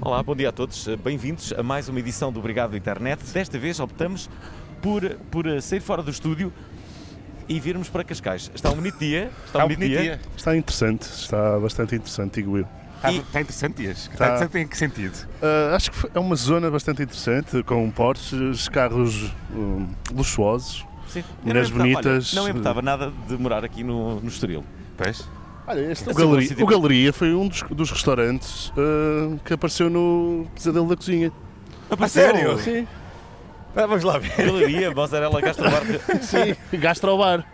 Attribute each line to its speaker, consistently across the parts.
Speaker 1: Olá, bom dia a todos. Bem-vindos a mais uma edição do Obrigado Internet. Desta vez optamos por, por eh, sair fora do estúdio e virmos para Cascais. Está um bonito dia. Está um bonito dia.
Speaker 2: Está interessante, está bastante interessante, digo eu.
Speaker 3: Está,
Speaker 1: E-
Speaker 3: está interessante, Dias. Está
Speaker 2: Tá.
Speaker 3: interessante em que sentido?
Speaker 2: Ah, acho que foi- é uma zona bastante interessante, com Porsches, carros hum, luxuosos.
Speaker 1: Sim.
Speaker 2: Mulheres
Speaker 1: Eu não me importava-
Speaker 2: bonitas.
Speaker 1: olha, não me importava nada de morar aqui no, no Estoril.
Speaker 3: Pois.
Speaker 2: Olha, este
Speaker 1: é
Speaker 2: o,
Speaker 1: sempre um
Speaker 2: galeria,
Speaker 1: sítio
Speaker 2: o Galeria foi um dos, dos restaurantes ah, que apareceu no Pesadelo da Cozinha.
Speaker 1: Ah,
Speaker 3: sério? Ah,
Speaker 2: Sim,
Speaker 3: vamos lá ver.
Speaker 1: Galeria, Mozzarella, Gastrobar.
Speaker 2: sim. Gastrobar.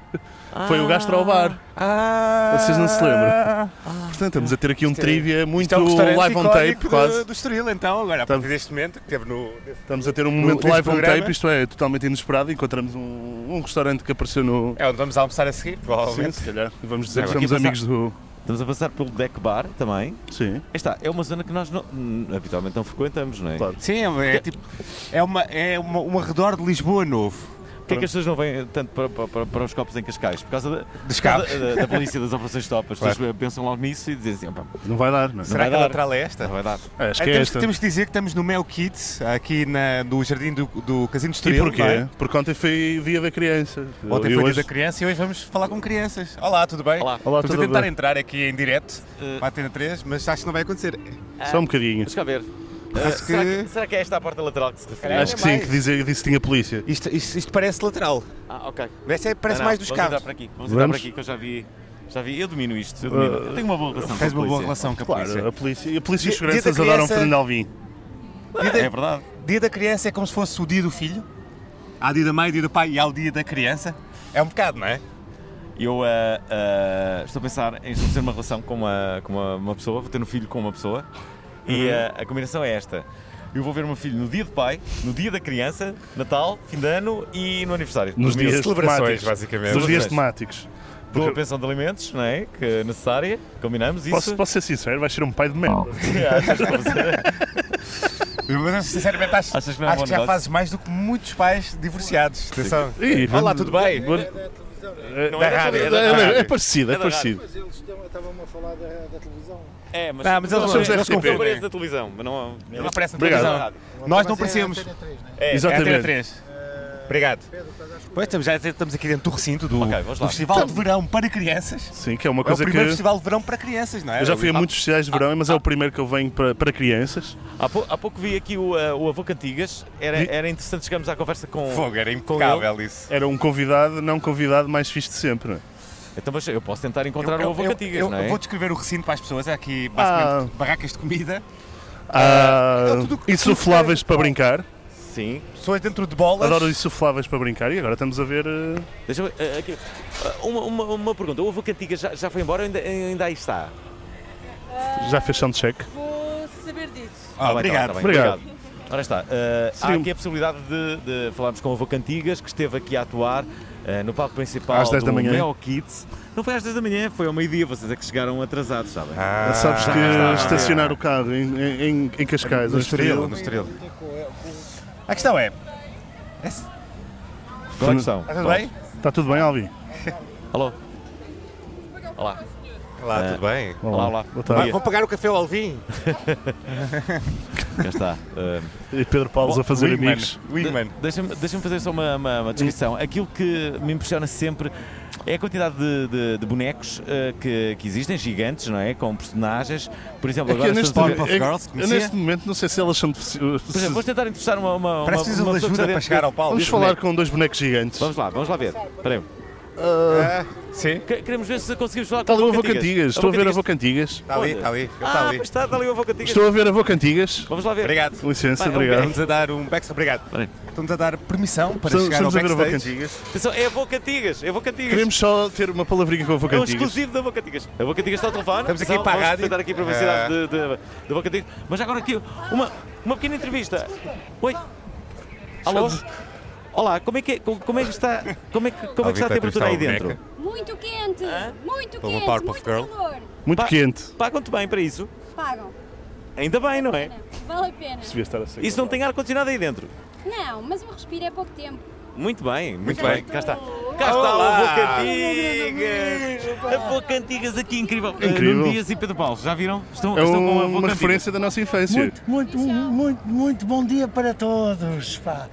Speaker 2: Foi o Gastrobar.
Speaker 3: Ah,
Speaker 2: Vocês não se
Speaker 1: Ah.
Speaker 2: lembram? Portanto, estamos a ter aqui um trivia muito
Speaker 3: Isto é um restaurante
Speaker 2: live on
Speaker 3: icónico
Speaker 2: tape,
Speaker 3: do,
Speaker 2: quase.
Speaker 3: do Estoril, então, agora, a
Speaker 2: Tá.
Speaker 3: partir deste momento, que teve no...
Speaker 2: Estamos a ter um momento
Speaker 3: deste
Speaker 2: live on
Speaker 3: programa.
Speaker 2: tape, isto é, totalmente inesperado. Encontramos um, um restaurante que apareceu no.
Speaker 3: É onde vamos almoçar a seguir,
Speaker 2: Sim,
Speaker 3: provavelmente. Tá
Speaker 2: se calhar. Vamos dizer
Speaker 1: É,
Speaker 2: que
Speaker 1: aqui
Speaker 2: somos amigos do.
Speaker 1: Estamos a passar pelo Deck Bar também. Aí
Speaker 2: Sim.
Speaker 1: Está, é uma zona que nós não, hum, habitualmente não frequentamos, não é?
Speaker 2: Claro.
Speaker 3: Sim, é, é tipo... É, uma, é uma, um arredor de Lisboa novo.
Speaker 1: Porquê é que as pessoas não vêm tanto para, para- para- para os copos em Cascais? Por causa da,
Speaker 3: Dos
Speaker 1: por causa
Speaker 3: cabos.
Speaker 1: da, da polícia das operações top. As pessoas pensam logo nisso e dizem assim, opa,
Speaker 2: Não vai dar, não é?
Speaker 3: Será
Speaker 1: vai
Speaker 3: que a
Speaker 1: dar.
Speaker 3: lateral é esta?
Speaker 1: não vai dar.
Speaker 2: É, acho
Speaker 3: Ah,
Speaker 2: que é
Speaker 3: temos,
Speaker 2: esta.
Speaker 3: temos que dizer que estamos no Mel Kids, aqui na, no jardim do, do Casino de
Speaker 2: E
Speaker 3: Estoril.
Speaker 2: porquê?
Speaker 3: não é?
Speaker 2: Porque ontem foi dia da criança.
Speaker 3: Ontem
Speaker 2: E
Speaker 3: foi
Speaker 2: hoje-
Speaker 3: dia da criança e hoje vamos falar com crianças. Olá, tudo bem?
Speaker 1: Olá.
Speaker 2: Olá,
Speaker 3: Estamos
Speaker 2: tudo
Speaker 3: a tentar
Speaker 2: bem?
Speaker 3: entrar aqui em direto
Speaker 1: Eh,
Speaker 3: para a Antena 3, mas acho que não vai acontecer.
Speaker 2: Só um bocadinho.
Speaker 1: Deixa cá ver. Ah,
Speaker 3: Acho
Speaker 1: será,
Speaker 3: que-
Speaker 1: que, é será que é esta a porta lateral que se refere?
Speaker 2: Acho que sim, que dizia, disse que tinha polícia.
Speaker 3: Isto, isto, isto parece lateral.
Speaker 1: Ah, ok.
Speaker 3: Essa é- parece
Speaker 1: Não, não,
Speaker 3: mais dos
Speaker 1: vamos
Speaker 3: carros.
Speaker 1: Entrar para aqui. Vamos, entrar
Speaker 2: Vamos? Uh,
Speaker 1: para aqui que eu já vi. Já vi, eu domino isto. Eu, domino. Eu tenho uma boa relação
Speaker 3: Fez
Speaker 1: com a
Speaker 3: uma
Speaker 1: polícia.
Speaker 3: boa relação com a polícia.
Speaker 2: Claro, a polícia, e a polícia e os
Speaker 3: Dia- dia da
Speaker 2: seguranças adoram um
Speaker 3: criança-
Speaker 2: Fernando Alvim.
Speaker 1: É verdade.
Speaker 3: Dia da criança é como se fosse o dia do filho. Há dia da mãe, dia do pai e há o dia da criança. É um bocado, não é?
Speaker 1: Eu ah, ah, estou a pensar em estabelecer uma relação com uma, com uma, uma pessoa, vou ter um filho com uma pessoa
Speaker 2: Uhum.
Speaker 1: e ah, a combinação é esta. Eu vou ver o meu filho no dia do pai, no dia da criança, Natal, fim de ano e no aniversário.
Speaker 2: Nos
Speaker 1: Dos meus.
Speaker 2: dias
Speaker 3: é celebrações,
Speaker 2: temáticos.
Speaker 3: basicamente.
Speaker 2: Nos dias
Speaker 1: Celebrações.
Speaker 2: temáticos.
Speaker 1: Dou a pensão de alimentos, não é? Que é necessária, combinamos isso.
Speaker 2: Posso, posso ser sincero, vais ser um pai de merda.
Speaker 1: Achas que vou fazer?
Speaker 3: Mas sinceramente acho,
Speaker 1: Achas que não é
Speaker 3: acho
Speaker 1: bom
Speaker 3: que já
Speaker 1: negócio?
Speaker 3: fazes mais do que muitos pais divorciados. Atenção.
Speaker 2: Ih, é
Speaker 3: Olá, tudo bem?
Speaker 2: Não
Speaker 3: é da rádio, é da rádio.
Speaker 2: É parecido, é
Speaker 1: da
Speaker 2: parecido.
Speaker 4: Mas eles estão- estavam a falar da, da televisão.
Speaker 1: É, mas,
Speaker 3: Não, mas eles
Speaker 2: somos
Speaker 1: eles
Speaker 2: RTP,
Speaker 1: confundem.
Speaker 2: né?
Speaker 1: Eles da televisão, mas não...
Speaker 3: Não aparece na
Speaker 2: Obrigado.
Speaker 3: televisão. Nós não
Speaker 4: Mas é a
Speaker 3: parecemos.
Speaker 4: Antena 3, né?
Speaker 1: É, é
Speaker 2: Exatamente.
Speaker 3: Antena 3. Obrigado.
Speaker 4: Pedro, estás à escuta.
Speaker 3: Pois estamos, já estamos aqui dentro do recinto do,
Speaker 1: Ok, vamos
Speaker 3: do
Speaker 1: lá.
Speaker 3: Festival
Speaker 2: Então-
Speaker 3: de Verão para Crianças.
Speaker 2: Sim, que é uma
Speaker 3: É o
Speaker 2: coisa que.
Speaker 3: primeiro festival de verão para crianças, não é?
Speaker 2: Eu já fui a muitos festivais de verão, mas é o primeiro que eu venho para, para crianças.
Speaker 1: Há, pou- há pouco vi aqui o, ah, o Avô Cantigas, era,
Speaker 2: Vi-
Speaker 1: era interessante chegarmos à conversa com...
Speaker 3: Fogo, era
Speaker 1: com
Speaker 3: impecável isso.
Speaker 2: Era um convidado, não convidado, mais fixe de sempre. não é?
Speaker 1: Então, mas eu posso tentar encontrar o
Speaker 3: eu,
Speaker 1: avô
Speaker 3: eu-
Speaker 1: Cantigas,
Speaker 3: eu-
Speaker 1: não é?
Speaker 3: eu vou descrever o recinto para as pessoas. É aqui, basicamente, barracas de comida,
Speaker 2: Ah,
Speaker 3: é tudo o que-
Speaker 2: insufláveis para brincar.
Speaker 1: Sim.
Speaker 3: pessoas dentro de bolas.
Speaker 2: Adoro insufláveis para brincar. E agora estamos a ver. eh,
Speaker 1: Deixa-me. ah, aqui, ah, uma, uma, uma pergunta. O avô Cantigas já, já foi embora ou ainda, ainda aí está?
Speaker 2: Já fez soundcheck.
Speaker 5: Vou saber disso.
Speaker 3: Ah,
Speaker 1: Tá bem,
Speaker 3: obrigado.
Speaker 1: tá bem, tá bem,
Speaker 2: Obrigado.
Speaker 1: Ora está. ah, há
Speaker 2: Seria um-
Speaker 1: aqui a possibilidade de, de falarmos com o avô Cantigas, que esteve aqui a atuar ah, no palco principal
Speaker 2: Às 10
Speaker 1: do
Speaker 2: da manhã.
Speaker 1: Mel Kids. Não foi às 10 da manhã, foi ao meio-dia. Vocês é que chegaram atrasados, sabem?
Speaker 3: Ah,
Speaker 2: Sabes
Speaker 3: tá,
Speaker 2: que estacionar o carro em, em, em Cascais,
Speaker 3: No
Speaker 2: ao
Speaker 3: Estoril,
Speaker 2: Estoril,
Speaker 3: no Estoril.
Speaker 4: Tem com- com-
Speaker 3: A questão é... é se-
Speaker 1: Como é que estão?
Speaker 3: Está Tá tudo bem?
Speaker 2: está Tá tudo bem, Alvin?
Speaker 1: Alô? Olá.
Speaker 3: Olá, Tá tudo bem?
Speaker 1: Olá, olá.
Speaker 2: É. Boa
Speaker 1: Bom
Speaker 2: tarde.
Speaker 1: dia.
Speaker 3: Vão pagar o café ao Alvin?
Speaker 1: Já está. ah,
Speaker 2: E Pedro Paulo a fazer
Speaker 3: Wingman.
Speaker 2: amigos.
Speaker 3: Wingman.
Speaker 1: Deixa-me deixa-me fazer só uma, uma- uma descrição. Aquilo que me impressiona sempre é a quantidade de, de- de bonecos eh, que, que existem, gigantes, não é? Com personagens. Por exemplo,
Speaker 2: É que
Speaker 1: agora
Speaker 2: eu neste,
Speaker 1: estamos a ver-
Speaker 2: momento, é que
Speaker 3: Girls,
Speaker 2: eu
Speaker 3: conhecia?
Speaker 2: neste momento não sei se elas são deficientes.
Speaker 1: Por exemplo, vamos tentar entrevistar uma. uma
Speaker 3: Parece que
Speaker 1: uma,
Speaker 3: precisam
Speaker 1: uma
Speaker 3: de
Speaker 1: pessoa tipo. que está
Speaker 3: ajuda para
Speaker 1: dentro-
Speaker 3: chegar ao palco.
Speaker 2: Vamos falar com dois bonecos gigantes.
Speaker 1: Vamos lá, vamos lá ver. Espera aí.
Speaker 2: Ah,
Speaker 3: Sim?
Speaker 1: Que- Queremos ver se conseguimos falar
Speaker 2: Está
Speaker 1: com
Speaker 2: ali
Speaker 1: o
Speaker 2: o avô Cantigas.
Speaker 1: Ah,
Speaker 2: Estou a ver o avô Cantigas.
Speaker 1: Vocantigas.
Speaker 3: Está ali, está ali. Ele está
Speaker 1: Ah,
Speaker 3: ali.
Speaker 1: pois está, está ali o avô Cantigas.
Speaker 2: Estou a ver o avô Cantigas.
Speaker 1: Vamos lá ver.
Speaker 3: Obrigado.
Speaker 2: Com licença,
Speaker 1: Vai,
Speaker 2: obrigado.
Speaker 3: Estamos a dar um backstage. Obrigado.
Speaker 1: Peraí.
Speaker 3: Estamos a dar permissão para
Speaker 2: Estamos,
Speaker 3: chegar ao
Speaker 2: estamos a ver o avô
Speaker 3: backstage.
Speaker 2: Cantigas.
Speaker 1: Atenção, é avô Cantigas, é avô Cantigas.
Speaker 2: Queremos só ter uma palavrinha com o avô
Speaker 1: É um
Speaker 2: Cantigas.
Speaker 1: exclusivo da Boca Tigas. A Boca Tigas está ao telefone.
Speaker 3: Estamos aqui
Speaker 1: Atenção,
Speaker 3: para a
Speaker 1: vamos
Speaker 3: rádio. Ah.
Speaker 1: tentar aqui a privacidade de, de- da Boca Tigas. Mas agora aqui, uma, uma pequena entrevista. Oi? Alô? Olá, como é que, é- como é que está, como é que, como é que está a
Speaker 3: Alguém está
Speaker 1: temperatura
Speaker 3: a
Speaker 1: aí
Speaker 3: entrevistar o
Speaker 1: dentro?
Speaker 6: Muito quente! Muito
Speaker 3: Pela
Speaker 6: quente!
Speaker 3: Powerpuff
Speaker 6: Muito
Speaker 3: Girl.
Speaker 6: calor!
Speaker 2: Muito
Speaker 1: Pá.
Speaker 2: quente.
Speaker 1: Pagam-te bem para isso?
Speaker 6: Pagam.
Speaker 1: Ainda bem, não é?
Speaker 6: Vale a pena.
Speaker 2: Devia estar a sair.
Speaker 1: Isso não tem ar-condicionado aí dentro.
Speaker 6: Não, mas um respiro é pouco tempo.
Speaker 1: Muito bem, muito,
Speaker 3: Muito
Speaker 1: bem.
Speaker 3: bem.
Speaker 1: Cá está. Cá está
Speaker 3: Olá.
Speaker 1: o Bocantigas. A Bocantigas aqui incrível. Eh,
Speaker 2: Incrível.
Speaker 1: Nuno Dias e Pedro Paulo, já viram? Estão,
Speaker 2: É
Speaker 1: estão com a
Speaker 2: um- uma
Speaker 1: Bocantigas.
Speaker 2: referência da nossa infância.
Speaker 7: Muito, muito, um, muito, muito bom dia para todos. pá.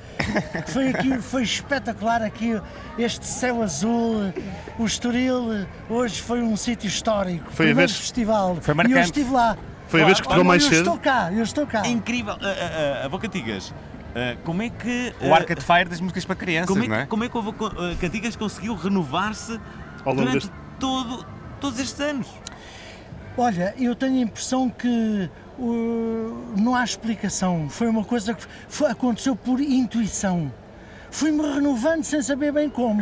Speaker 7: Foi, aqui, foi espetacular aqui este céu azul, o Estoril. Hoje foi um sítio histórico.
Speaker 2: Foi a
Speaker 7: Primeiro
Speaker 2: vez-
Speaker 7: festival. E
Speaker 3: foi
Speaker 7: eu
Speaker 3: marcante.
Speaker 7: estive lá.
Speaker 2: Foi a vez que
Speaker 7: Olha,
Speaker 2: pegou mais
Speaker 7: eu
Speaker 2: cedo.
Speaker 7: estou cá, eu estou cá.
Speaker 1: Incrível. A, a, a Bocantigas, eh, como é que... eh,
Speaker 3: O Arca de Fire das músicas para crianças,
Speaker 1: Como é,
Speaker 3: não
Speaker 1: que-
Speaker 3: é?
Speaker 1: como é que o Cantigas conseguiu renovar-se
Speaker 2: Ao longo
Speaker 1: durante
Speaker 2: deste-
Speaker 1: todo- todos estes anos?
Speaker 7: Olha, eu tenho a impressão que uh, não há explicação. Foi uma coisa que fo- aconteceu por intuição. Fui-me renovando sem saber bem como.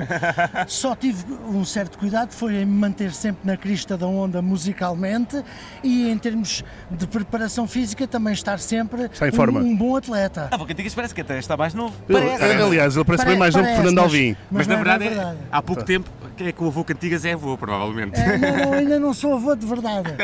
Speaker 7: Só tive um certo cuidado, foi em me manter sempre na crista da onda musicalmente e em termos de preparação física também estar sempre
Speaker 2: Está em
Speaker 7: um-
Speaker 2: forma.
Speaker 7: Um, bom atleta.
Speaker 1: A Boca Tigas Ah, parece que até está mais novo.
Speaker 2: Ele- Aliás, ele parece bem mais novo que
Speaker 7: Parece,
Speaker 2: Fernando
Speaker 7: mas-
Speaker 2: Alvim. Tá.
Speaker 3: Mas, na
Speaker 7: não é
Speaker 3: verdade, é- há pouco tempo que é que o avô Cantigas é avô, provavelmente.
Speaker 7: É, não, não, ainda não sou avô de verdade.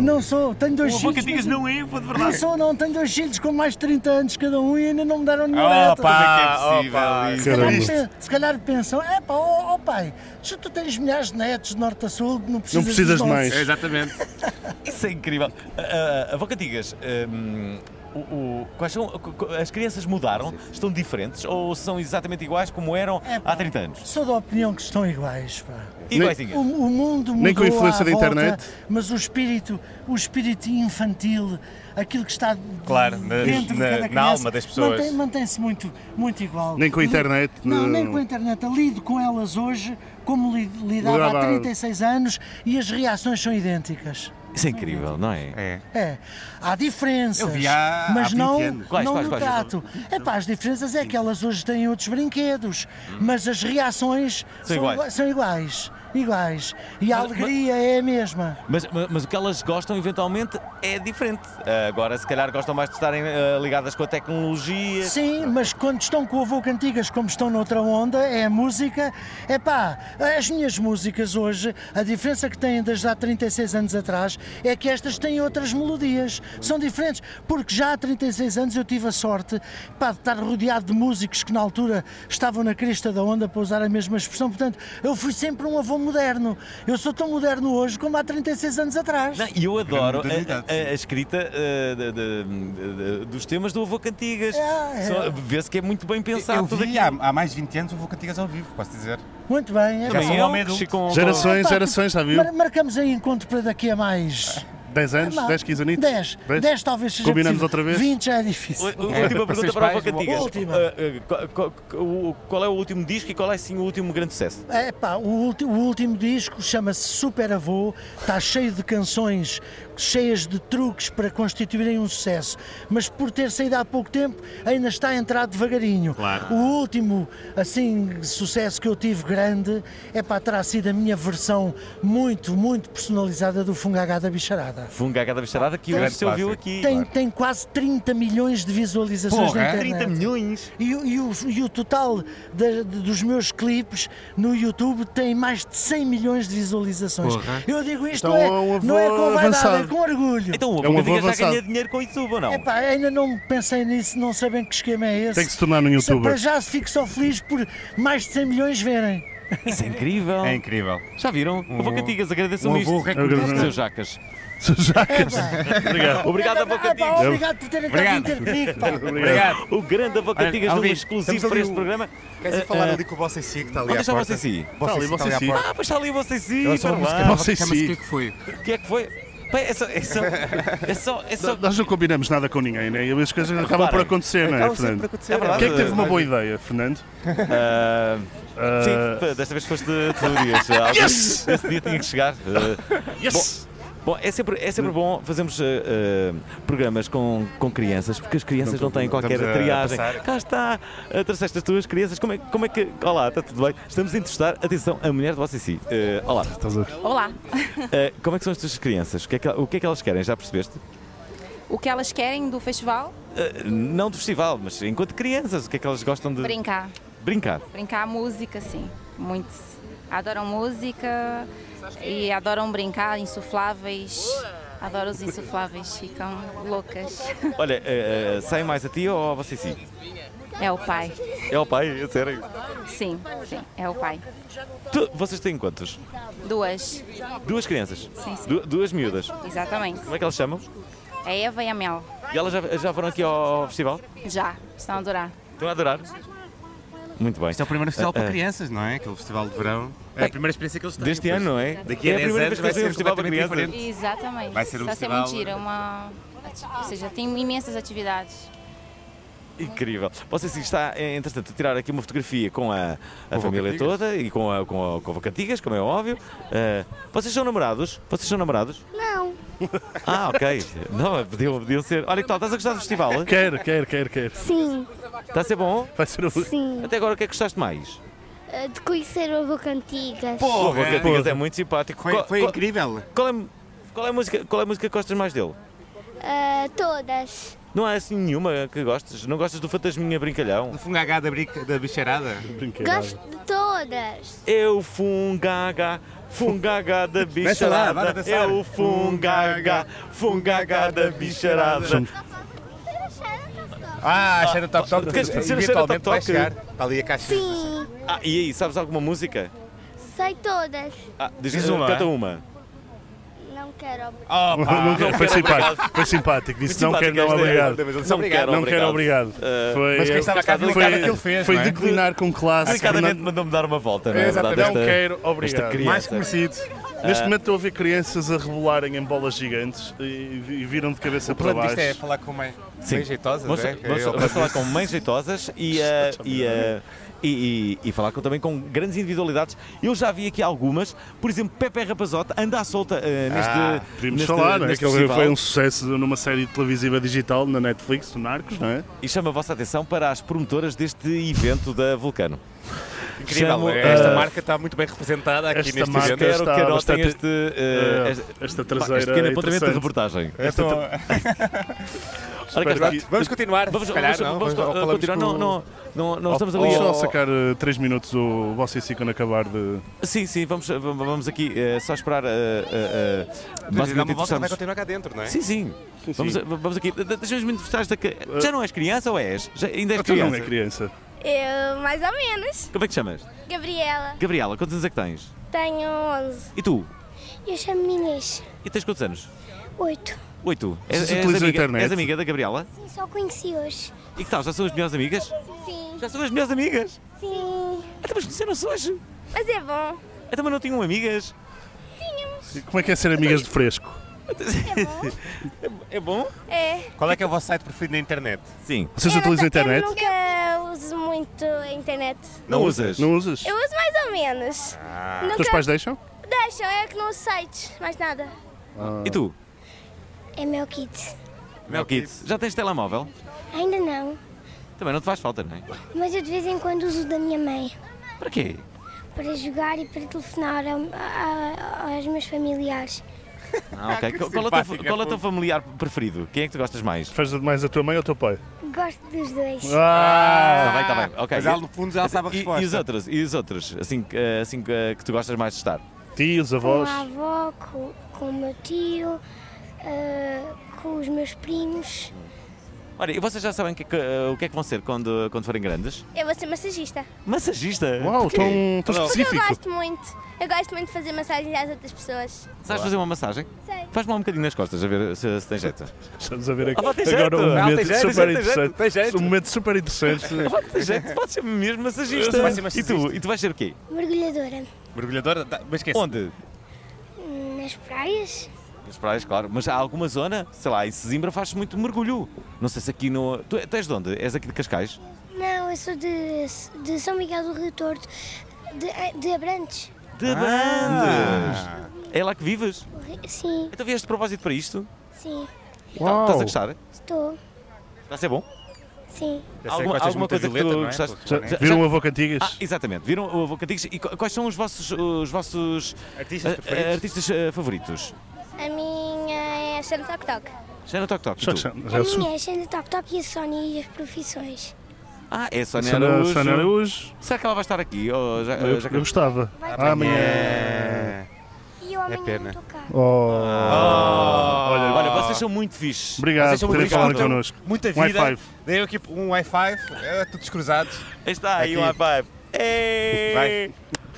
Speaker 7: Não sou, tenho dois
Speaker 1: O avô
Speaker 7: filhos.
Speaker 1: Cantigas
Speaker 7: mas-
Speaker 1: não é, vou de
Speaker 7: Não
Speaker 1: verdade.
Speaker 7: sou, não. Tenho dois filhos com mais de 30 anos cada um e ainda não me deram nenhum
Speaker 3: Opa,
Speaker 7: neto.
Speaker 1: é possível
Speaker 3: opa,
Speaker 1: isso?
Speaker 7: Se calhar, pe-
Speaker 2: Caramba.
Speaker 7: se calhar pensam, é pá, ó ó pai, se tu tens milhares de netos de norte a sul, não precisas,
Speaker 2: Não precisas
Speaker 7: de nossos."
Speaker 2: de mais.
Speaker 3: É, Exatamente.
Speaker 1: Isso é incrível. A, a, a Boca Tigas, hum, o- o- quais são- co- co- as crianças mudaram? Estão diferentes ou são exatamente iguais como eram
Speaker 7: É, pá.
Speaker 1: há 30 anos?
Speaker 7: Sou da opinião que estão iguais, pá. O,
Speaker 1: Iguaizinhas.
Speaker 7: o mundo mudou
Speaker 2: Nem com a influência
Speaker 7: à
Speaker 2: da
Speaker 7: volta,
Speaker 2: internet?
Speaker 7: mas o espírito, o espírito infantil, aquilo que está de-
Speaker 3: Claro, na-
Speaker 7: dentro de
Speaker 3: na-
Speaker 7: cada
Speaker 3: na
Speaker 7: criança,
Speaker 3: alma das pessoas.
Speaker 7: mantém- Mantém-se muito, muito igual.
Speaker 2: Nem com a
Speaker 7: Li-
Speaker 2: internet,
Speaker 7: Não, nem
Speaker 2: não.
Speaker 7: com a internet. Lido com elas hoje como li- lidava
Speaker 2: Lidava
Speaker 7: há
Speaker 2: há-
Speaker 7: 36 anos e as reações são idênticas.
Speaker 1: Isso é incrível, não é?
Speaker 3: É.
Speaker 7: É, há diferenças.
Speaker 3: Eu vi há-
Speaker 7: mas
Speaker 3: há 20
Speaker 7: não,
Speaker 3: anos.
Speaker 1: Quais,
Speaker 7: não
Speaker 1: quais,
Speaker 7: no
Speaker 1: quais?
Speaker 7: trato. É pá, as diferenças é que elas hoje têm outros brinquedos, mas as reações são,
Speaker 1: iguais.
Speaker 7: igua- são iguais. iguais. E a
Speaker 1: Mas-
Speaker 7: alegria é a mesma.
Speaker 1: Mas, mas- mas o que elas gostam eventualmente é diferente. Ah, Agora, se calhar, gostam mais de estarem ah, ligadas com a tecnologia.
Speaker 7: Sim, mas quando estão com o avô Cantigas, como estão noutra onda, é a música. É pá, as minhas músicas hoje, a diferença que têm das de há 36 anos atrás é que estas têm outras melodias. São diferentes, porque já há 36 anos eu tive a sorte pá, de estar rodeado de músicos que na altura estavam na crista da onda, para usar a mesma expressão. Portanto, eu fui sempre um avô moderno. Eu sou tão moderno hoje como há 36 anos atrás.
Speaker 1: Não, e eu adoro a-
Speaker 3: modernidade,
Speaker 1: a, a- a escrita ah, de- de- de- dos temas do Avô Cantigas.
Speaker 7: É, é.
Speaker 1: Só- Vê-se que é muito bem pensado
Speaker 3: Eu
Speaker 1: tudo
Speaker 3: vi
Speaker 1: aqui.
Speaker 3: há, há mais de 20 anos o avô Cantigas é ao vivo, posso dizer.
Speaker 7: Muito bem, é
Speaker 1: Também
Speaker 7: pá.
Speaker 3: sou um
Speaker 1: eu,
Speaker 3: homem
Speaker 1: que
Speaker 3: adulto.
Speaker 1: com- com-
Speaker 2: Gerações,
Speaker 7: Pá,
Speaker 2: gerações, já viu?
Speaker 7: mar- Marcamos aí encontro para daqui a mais.
Speaker 2: 10 anos,
Speaker 7: Não,
Speaker 2: 10, 15 anos?
Speaker 7: 10. 10 talvez seja
Speaker 2: Combinamos
Speaker 7: possível.
Speaker 2: outra vez?
Speaker 7: 20 já é difícil.
Speaker 1: Ú- Última pergunta
Speaker 3: vocês
Speaker 1: para o Avô
Speaker 3: pais, uma-
Speaker 1: Cantigas.
Speaker 7: Última.
Speaker 1: Ah, ah, qual- qual- qual é o último disco e qual é sim o último grande sucesso?
Speaker 7: É, pá, o, ulti- o último disco chama-se Super Avô, está cheio de canções, cheias de truques para constituírem um sucesso, mas por ter saído há pouco tempo ainda está a entrar devagarinho. O último assim, sucesso que eu tive grande é pá, terá sido a minha versão muito, muito personalizada do Fungagá da Bicharada.
Speaker 1: Funga cada bicharada que hoje
Speaker 3: Grande
Speaker 1: se ouviu
Speaker 3: clássico.
Speaker 1: aqui.
Speaker 7: Tem, tem quase 30 milhões de visualizações
Speaker 3: Porra,
Speaker 1: é?
Speaker 7: na internet.
Speaker 1: 30 milhões.
Speaker 7: E, o- e o, e o total da- dos meus clipes no YouTube tem mais de 100 milhões de visualizações.
Speaker 3: Porra.
Speaker 7: Eu digo isto
Speaker 2: Então
Speaker 7: não, é,
Speaker 2: é um avô
Speaker 7: não é com vaidade,
Speaker 2: avançado.
Speaker 7: é com orgulho.
Speaker 1: Então o
Speaker 2: É um avô
Speaker 1: Avô Cantigas já ganha
Speaker 2: avançado.
Speaker 1: dinheiro com isso ou não?
Speaker 7: Epá, ainda não pensei nisso, não sabem que esquema é esse.
Speaker 2: Tem que se tornar um
Speaker 7: Só Para
Speaker 2: youtuber.
Speaker 7: já fico só feliz por mais de 100 milhões verem.
Speaker 1: Isso é incrível.
Speaker 3: É incrível.
Speaker 1: Já viram? O Avô Cantigas,
Speaker 3: Um
Speaker 1: agradeço-me
Speaker 3: avô
Speaker 1: isto.
Speaker 2: reconhecido.
Speaker 1: Seu Jacas.
Speaker 7: Epá,
Speaker 2: Obrigado.
Speaker 1: Obrigado, Avô
Speaker 7: epá,
Speaker 1: Cantigas.
Speaker 7: obrigado por terem cá vindo ter comigo. pá.
Speaker 2: Obrigado.
Speaker 1: O grande Avocantigas
Speaker 3: Olha,
Speaker 1: numa
Speaker 3: Alvin,
Speaker 1: exclusivo
Speaker 3: estamos
Speaker 1: para
Speaker 3: ali
Speaker 1: este
Speaker 3: o-
Speaker 1: programa. Eh,
Speaker 3: Queres ir
Speaker 2: Eh,
Speaker 3: falar ali com o Bossa Si que está ali
Speaker 1: Onde
Speaker 3: à
Speaker 1: está o
Speaker 3: porta?
Speaker 1: Bossa Si?
Speaker 3: Bossa
Speaker 2: ali,
Speaker 3: Si está
Speaker 2: Bossa
Speaker 3: ali
Speaker 2: Si.
Speaker 3: à porta.
Speaker 1: Ah, pois está ali vocês
Speaker 3: Eu
Speaker 1: aí.
Speaker 3: sou
Speaker 1: espera
Speaker 3: uma música
Speaker 1: lá.
Speaker 2: Bossa
Speaker 3: chama-se
Speaker 2: Si.
Speaker 3: O que é que foi?
Speaker 1: O que é que foi? Pá, é só. É só. É só. É só...
Speaker 2: Nós não combinamos nada com ninguém, né? E as coisas acabam por
Speaker 1: Reparem,
Speaker 2: acontecer, não é,
Speaker 3: Acabam sempre
Speaker 2: Fernando?
Speaker 3: por acontecer.
Speaker 1: É verdade.
Speaker 2: Quem é que teve uma boa ideia, Fernando?
Speaker 1: Ah,
Speaker 2: Ah,
Speaker 1: Sim, pá, desta vez foste de teorias. Alguém-
Speaker 2: Yes!
Speaker 1: Esse dia tinha que chegar. Ah,
Speaker 3: Eh,
Speaker 2: yes!
Speaker 1: Bom, é sempre, é sempre bom fazermos eh, eh, programas com, com crianças, porque as crianças não, têm qualquer
Speaker 3: estamos a
Speaker 1: triagem.
Speaker 3: passar.
Speaker 1: Cá está, trouxeste as tuas crianças, como é, como é que. Olá, está tudo bem? Estamos a entrevistar, atenção, a mulher de você si. Eh, olá,
Speaker 2: Estás a-
Speaker 8: Olá.
Speaker 1: Eh, como é que são as tuas crianças? O que é que, o que é que elas querem? Já percebeste?
Speaker 8: O que elas querem do festival?
Speaker 1: Eh, não do festival, mas enquanto crianças, o que é que elas gostam de
Speaker 8: Brincar.
Speaker 1: brincar?
Speaker 8: Brincar música, sim. Muitos. Adoram música e adoram brincar, insufláveis. Adoram os insufláveis, ficam loucas.
Speaker 1: Olha, eh, eh, saem mais a ti ou a você si?
Speaker 8: É o pai.
Speaker 1: É o pai, é sério.
Speaker 8: Sim, sim, é o pai.
Speaker 1: Tu- vocês têm quantos?
Speaker 8: Duas,
Speaker 1: Duas crianças?
Speaker 8: Sim, sim.
Speaker 1: Du- duas miúdas.
Speaker 8: exatamente.
Speaker 1: Como é que elas chamam?
Speaker 8: A Eva e a Mel.
Speaker 1: E elas já, já foram aqui ao festival?
Speaker 8: Já, estão a adorar.
Speaker 1: Estão a adorar? Muito bem.
Speaker 3: Isto é o primeiro festival para crianças, não é? Aquele festival de verão. É a primeira experiência que eles têm.
Speaker 1: Deste
Speaker 3: pois.
Speaker 1: ano, não é?
Speaker 3: Daqui a
Speaker 1: é a primeira
Speaker 3: 10 anos
Speaker 1: vez que
Speaker 3: vai
Speaker 1: eu
Speaker 3: ser
Speaker 1: um festival para
Speaker 3: completamente
Speaker 1: crianças.
Speaker 8: Exatamente.
Speaker 3: Vai ser um
Speaker 8: Só se é
Speaker 3: festival-
Speaker 8: mentira, uma. Ou seja, tem imensas atividades.
Speaker 1: Incrível. Você sim está, eh, entretanto, a tirar aqui uma fotografia com a, a família
Speaker 3: Vocantigas.
Speaker 1: toda e com a, com a, com a Vocantigas, como é óbvio. Eh, vocês são namorados? Vocês são namorados? Não. Ah, ok. Não, podiam, podiam ser. Olha que tal, estás a gostar do festival? hein?
Speaker 2: Quer, quer, quer, quer.
Speaker 9: Sim,
Speaker 1: Está a ser bom?
Speaker 2: Vai ser um- o.
Speaker 9: sim.
Speaker 1: Até agora o que é que gostaste mais?
Speaker 9: Eh, De conhecer o Boca Antigas.
Speaker 1: O
Speaker 3: Porra,
Speaker 1: Vocantigas é muito simpático.
Speaker 3: Foi,
Speaker 1: Qual-
Speaker 3: foi
Speaker 1: qual-
Speaker 3: incrível.
Speaker 1: Qual é, qual, é a música, qual é a música que gostas mais dele?
Speaker 9: Eh, todas.
Speaker 1: Não há assim nenhuma que gostes? Não gostas do Fantasminha Brincalhão?
Speaker 3: Do fungagá da, brica, da bicharada.
Speaker 9: Gosto de todas.
Speaker 1: Eu fungaga, fungaga da
Speaker 3: Dança lá,
Speaker 1: bicharada. É
Speaker 3: bora dançar.
Speaker 1: Eu fungaga, fungaga da bicharada.
Speaker 3: Ah, a cheira top top.
Speaker 1: Queres conhecer a Cheira
Speaker 3: Eventualmente
Speaker 1: Top
Speaker 3: vai
Speaker 1: Top?
Speaker 3: chegar. Está ali a caixa.
Speaker 9: Sim,
Speaker 1: Ah, e aí, sabes alguma música?
Speaker 9: sei todas.
Speaker 1: Ah, diz,
Speaker 3: Diz uma.
Speaker 1: Canta uma.
Speaker 9: Não quero obrigar.
Speaker 3: Oh, pá.
Speaker 2: Não, foi simpático, foi simpático. Disse não quer, não
Speaker 1: Simpática esta é.
Speaker 2: obrigado.
Speaker 3: Mas ele
Speaker 1: Não
Speaker 3: obrigado.
Speaker 1: quero,
Speaker 2: Não quero obrigado.
Speaker 1: Eh,
Speaker 2: Foi,
Speaker 3: Mas quem estava cá a
Speaker 2: foi,
Speaker 3: brincar aquilo fez,
Speaker 2: foi
Speaker 3: não é?
Speaker 2: declinar com classe.
Speaker 1: Delicadamente
Speaker 2: Fernando.
Speaker 1: mandou-me dar uma volta, não é?
Speaker 2: Exatamente. um
Speaker 1: verdade?
Speaker 2: Não
Speaker 1: Esta-
Speaker 2: quero,
Speaker 1: Esta
Speaker 2: obrigado.
Speaker 3: Mais
Speaker 1: criança.
Speaker 3: conhecido.
Speaker 2: Neste momento estou a ver crianças a rebolarem em bolas gigantes e, e viram de cabeça
Speaker 3: O
Speaker 2: para
Speaker 3: plano
Speaker 2: baixo.
Speaker 3: disto é falar com uma
Speaker 1: Sim.
Speaker 3: mãe jeitosa,
Speaker 1: Vamos,
Speaker 3: não é?
Speaker 1: vamos-
Speaker 3: É o
Speaker 1: vamos falar com mães jeitosas e, eh, e, eh, e- e- e falar com- também com grandes individualidades. Eu já vi aqui algumas, por exemplo, Pepe Rapazote anda à solta eh, neste.
Speaker 3: Ah,
Speaker 2: Podíamos
Speaker 1: neste-
Speaker 2: falar, não é?
Speaker 1: neste
Speaker 2: Que ele
Speaker 1: festival.
Speaker 2: foi um sucesso numa série televisiva digital na Netflix, do Narcos, não é?
Speaker 1: E chama a vossa atenção para as promotoras deste evento da Vulcano.
Speaker 3: Incrível, é,
Speaker 1: Chamo,
Speaker 3: esta
Speaker 1: eh,
Speaker 3: marca está muito bem representada aqui
Speaker 2: esta
Speaker 3: neste
Speaker 2: marca-
Speaker 3: evento.
Speaker 1: Espero
Speaker 2: está
Speaker 1: que anotem
Speaker 2: bastante-
Speaker 1: este, eh,
Speaker 2: eh,
Speaker 1: este,
Speaker 2: esta
Speaker 1: pá, este
Speaker 2: traseira
Speaker 1: pequeno
Speaker 2: é
Speaker 1: apontamento de
Speaker 2: interessante.
Speaker 1: reportagem.
Speaker 3: Então,
Speaker 1: Olha cá
Speaker 2: espero
Speaker 1: está.
Speaker 2: que-
Speaker 3: Vamos continuar,
Speaker 1: Vamos,
Speaker 3: se calhar,
Speaker 1: vamos- vamos,
Speaker 3: não? Ou
Speaker 1: eh,
Speaker 3: falamos
Speaker 1: continuar.
Speaker 3: com-
Speaker 1: Não, não, não, não estamos ali.
Speaker 2: Vamos só
Speaker 1: ao-
Speaker 2: sacar 3 minutos o Você e quando acabar de.
Speaker 1: Sim, sim, vamos, vamos aqui eh, só esperar. eh, eh, eh,
Speaker 3: Mas dá uma
Speaker 1: basicamente
Speaker 3: volta, vai
Speaker 1: entrevistarmos-
Speaker 3: continuar cá dentro, não é?
Speaker 1: Sim, sim. Vamos, eh, vamos aqui. De- de- Deixa-me entrevistar esta. que- Já não és criança ou és? Já, ainda és
Speaker 2: Ah, tu
Speaker 1: criança.
Speaker 2: Eh, não é criança.
Speaker 9: Eu, mais ou menos.
Speaker 1: Como é que te chamas?
Speaker 9: Gabriela,
Speaker 1: Gabriela, quantos anos é que tens?
Speaker 9: tenho 11.
Speaker 1: E tu?
Speaker 9: Eu chamo-me Inês.
Speaker 1: E tens quantos anos?
Speaker 9: 8.
Speaker 1: Oi, tu.
Speaker 2: Vocês utilizam a
Speaker 1: amiga,
Speaker 2: internet?
Speaker 1: és amiga da Gabriela?
Speaker 9: Sim, só conheci hoje.
Speaker 1: E que tal? Já são as melhores amigas?
Speaker 9: Sim,
Speaker 1: Já são as melhores amigas?
Speaker 9: sim.
Speaker 1: Até mas conheceram-se hoje.
Speaker 9: Mas é bom.
Speaker 1: Até mas não tinham amigas.
Speaker 2: E Como é que é ser amigas de fresco?
Speaker 3: Ah,
Speaker 1: É bom?
Speaker 9: É.
Speaker 3: Qual é que é o vosso site preferido na internet?
Speaker 1: Sim.
Speaker 2: Vocês utilizam a
Speaker 3: é
Speaker 2: internet?
Speaker 9: Eu nunca uso muito a internet.
Speaker 1: Não, usas?
Speaker 2: Não usas?
Speaker 9: Eu uso mais ou menos.
Speaker 3: Ah.
Speaker 2: Os teus
Speaker 9: Nunca
Speaker 2: pais deixam?
Speaker 9: deixam, é que não uso sites, mais nada.
Speaker 2: Ah.
Speaker 1: E tu?
Speaker 9: É meu kit.
Speaker 1: Mel Kids, já tens telemóvel?
Speaker 9: Ainda não,
Speaker 1: Também não te faz falta, não é?
Speaker 9: mas eu de vez em quando uso o da minha mãe.
Speaker 1: Para quê?
Speaker 9: Para jogar e para telefonar ao- a- a- aos meus familiares.
Speaker 1: Ah, ok.
Speaker 3: Que
Speaker 1: Qual- qual, é o teu,
Speaker 3: simpática,
Speaker 1: qual é o teu
Speaker 3: pô.
Speaker 1: familiar preferido? Quem é que tu gostas mais?
Speaker 2: Faz mais a tua mãe ou o teu pai?
Speaker 9: Gosto dos dois.
Speaker 2: Ah!
Speaker 1: Está Tá bem, está bem. Ok.
Speaker 3: Mas ela, no fundo, já sabe a
Speaker 1: E,
Speaker 3: resposta.
Speaker 1: e os outros? E os outros? Assim, que- eh, assim que, eh, que tu gostas mais de estar?
Speaker 2: Tios,
Speaker 9: Com
Speaker 2: avós.
Speaker 9: a avó, com, com o meu tio, ah, com os meus primos.
Speaker 1: Olha, e vocês já sabem o que, é que, eh, o que é que vão ser quando, quando forem grandes?
Speaker 9: Eu vou ser massagista.
Speaker 1: Massagista!
Speaker 2: Uau,
Speaker 1: Porquê?
Speaker 2: tão, tão específico.
Speaker 9: muito. Eu gosto muito de fazer massagens às outras pessoas.
Speaker 1: Sabes fazer uma massagem?
Speaker 9: Sei.
Speaker 1: Faz-me lá um bocadinho nas costas, a ver se, se tem jeito.
Speaker 2: Estamos a ver aqui.
Speaker 1: Ah, pá, tem jeito.
Speaker 2: Agora um
Speaker 1: Ah,
Speaker 3: tem
Speaker 2: momento
Speaker 3: jeito, tem
Speaker 2: super
Speaker 3: jeito, tem jeito, tem
Speaker 2: interessante.
Speaker 3: jeito.
Speaker 2: Um momento super interessante.
Speaker 1: Ah, tem jeito, pode ser mesmo massagista.
Speaker 3: Vai ser é massagista.
Speaker 1: E tu? E tu vais ser o quê?
Speaker 9: Mergulhadora.
Speaker 3: Mergulhadora, tá- mas esquece.
Speaker 1: Onde?
Speaker 9: Nas praias?
Speaker 1: As praias, claro. Mas há alguma zona, sei lá, em Sesimbra faz-se muito mergulho. Não sei se aqui no. Tu, é, tu és de onde? És aqui de Cascais?
Speaker 9: Não, eu sou de, de São Miguel do Rio Torto, de, de Abrantes.
Speaker 1: De
Speaker 2: Ah.
Speaker 1: Bandes! É lá que vives?
Speaker 9: O ri- Sim,
Speaker 1: Então vieste de propósito para isto?
Speaker 9: sim,
Speaker 1: Tá- Estás a
Speaker 2: Uau.
Speaker 1: gostar?
Speaker 9: estou,
Speaker 1: Está a ser bom?
Speaker 9: sim.
Speaker 3: é
Speaker 1: Alguma- alguma coisa que tu gostaste?
Speaker 2: Já,
Speaker 1: Já-
Speaker 2: viram o avô cantigas?
Speaker 1: Ah, exatamente. Viram o Avô Cantigas? E qu- quais são os vossos, os vossos
Speaker 3: Artistas
Speaker 1: eh,
Speaker 3: preferidos?
Speaker 1: eh, artistas, eh, favoritos?
Speaker 9: A minha é a Xana Toc Toc.
Speaker 1: Já no Toc Toc. e
Speaker 2: Já-
Speaker 1: tu?
Speaker 2: já- já-
Speaker 9: A minha é a Xana Toc Toc e a Sónia e as profissões.
Speaker 1: Ah, é a Sónia
Speaker 2: Sónia-
Speaker 1: Araújo.
Speaker 2: Sónia Araújo.
Speaker 1: Será que ela vai estar aqui? Ou já,
Speaker 2: Eu,
Speaker 1: já-
Speaker 2: eu gostava. Ah, Amanhã.
Speaker 9: E eu amanhã
Speaker 3: pena.
Speaker 9: não estou cá.
Speaker 3: Ah.
Speaker 2: Oh,
Speaker 10: Ah.
Speaker 1: Olha,
Speaker 2: olha,
Speaker 1: vocês são muito fixes.
Speaker 2: Obrigado
Speaker 1: Vocês são
Speaker 2: por terem
Speaker 1: muito
Speaker 2: falado
Speaker 1: fixes.
Speaker 2: connosco.
Speaker 3: Muita
Speaker 2: Um high
Speaker 3: vida.
Speaker 2: five.
Speaker 3: Dei aqui um Wi-Fi, é, tudo descruzado.
Speaker 1: Aí está, aí
Speaker 3: Aqui.
Speaker 1: um high five.
Speaker 3: É.
Speaker 1: Ei!
Speaker 3: Vai.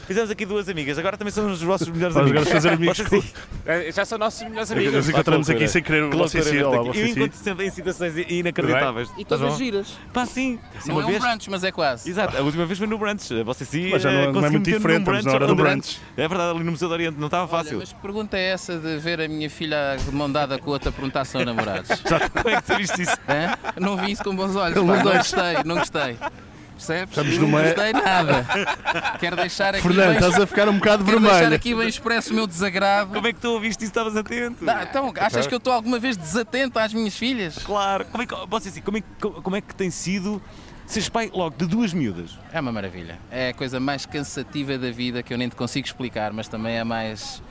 Speaker 1: Fizemos aqui duas amigas, agora também somos os vossos melhores
Speaker 2: Nós
Speaker 1: amigos.
Speaker 2: agora fazer amigos
Speaker 1: Vocês-
Speaker 2: com-
Speaker 3: É, Já são nossos melhores
Speaker 2: Nós
Speaker 3: amigos.
Speaker 2: encontramos
Speaker 1: Que
Speaker 2: aqui
Speaker 1: loucura.
Speaker 2: sem querer
Speaker 1: Que
Speaker 2: o
Speaker 1: loucura,
Speaker 2: Cici. Olá,
Speaker 1: eu
Speaker 2: o
Speaker 1: encontro
Speaker 2: Cici.
Speaker 1: sempre em situações inacreditáveis.
Speaker 5: E
Speaker 1: Estás
Speaker 5: todas
Speaker 1: bom?
Speaker 5: giras.
Speaker 1: Pá, sim.
Speaker 11: Não
Speaker 1: Uma
Speaker 11: é um
Speaker 1: vez-
Speaker 11: brunch, mas é quase.
Speaker 1: Exato, a última vez foi no brunch. Você sim,
Speaker 2: Mas já não é- não é muito diferente, estamos na hora do
Speaker 1: É verdade, ali no Museu do Oriente não estava fácil.
Speaker 11: Mas que pergunta é essa de ver a minha filha de mão dada com outra perguntar se são namorados?
Speaker 1: Como é que tu viste isso?
Speaker 11: Hã? Não vi isso com bons olhos,
Speaker 2: Ele
Speaker 11: pá,
Speaker 2: não
Speaker 11: não
Speaker 2: deixa.
Speaker 11: gostei, não gostei. Percebes?
Speaker 2: Estamos
Speaker 11: não
Speaker 2: numa-
Speaker 1: é-
Speaker 11: gostei nada. Quero deixar aqui,
Speaker 2: Fernando,
Speaker 11: bem,
Speaker 2: estás a ficar um bocado
Speaker 11: quero deixar
Speaker 2: vermelho.
Speaker 11: aqui bem expresso o meu desagrado.
Speaker 1: Como é que tu ouviste isso? Estavas atento?
Speaker 11: Ah, então, achas que eu estou alguma vez desatento às minhas filhas?
Speaker 1: Claro. Como é que, você assim, como é, que- como é que tem sido seres pai logo de duas miúdas?
Speaker 11: É uma maravilha. É a coisa mais cansativa da vida que eu nem te consigo explicar, mas também é a mais.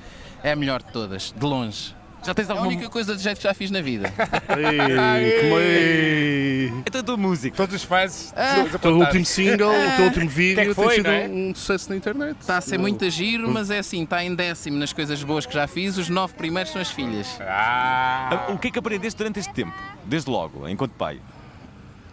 Speaker 11: é a melhor de todas, de longe.
Speaker 1: Já tens
Speaker 11: É a
Speaker 1: alguma.
Speaker 11: única coisa de jeito que já fiz na vida.
Speaker 2: Ei, como é?
Speaker 1: Então a tua música.
Speaker 3: Todos os fãs.
Speaker 11: Ah.
Speaker 2: O teu último single, o teu último vídeo
Speaker 3: que foi,
Speaker 2: tem sido
Speaker 3: não é?
Speaker 2: um um sucesso na internet.
Speaker 11: Está a ser muito giro, mas é assim, está em décimo nas coisas boas que já fiz, os nove primeiros são as filhas.
Speaker 1: Ah, O que é que aprendeste durante este tempo? Desde logo, enquanto pai.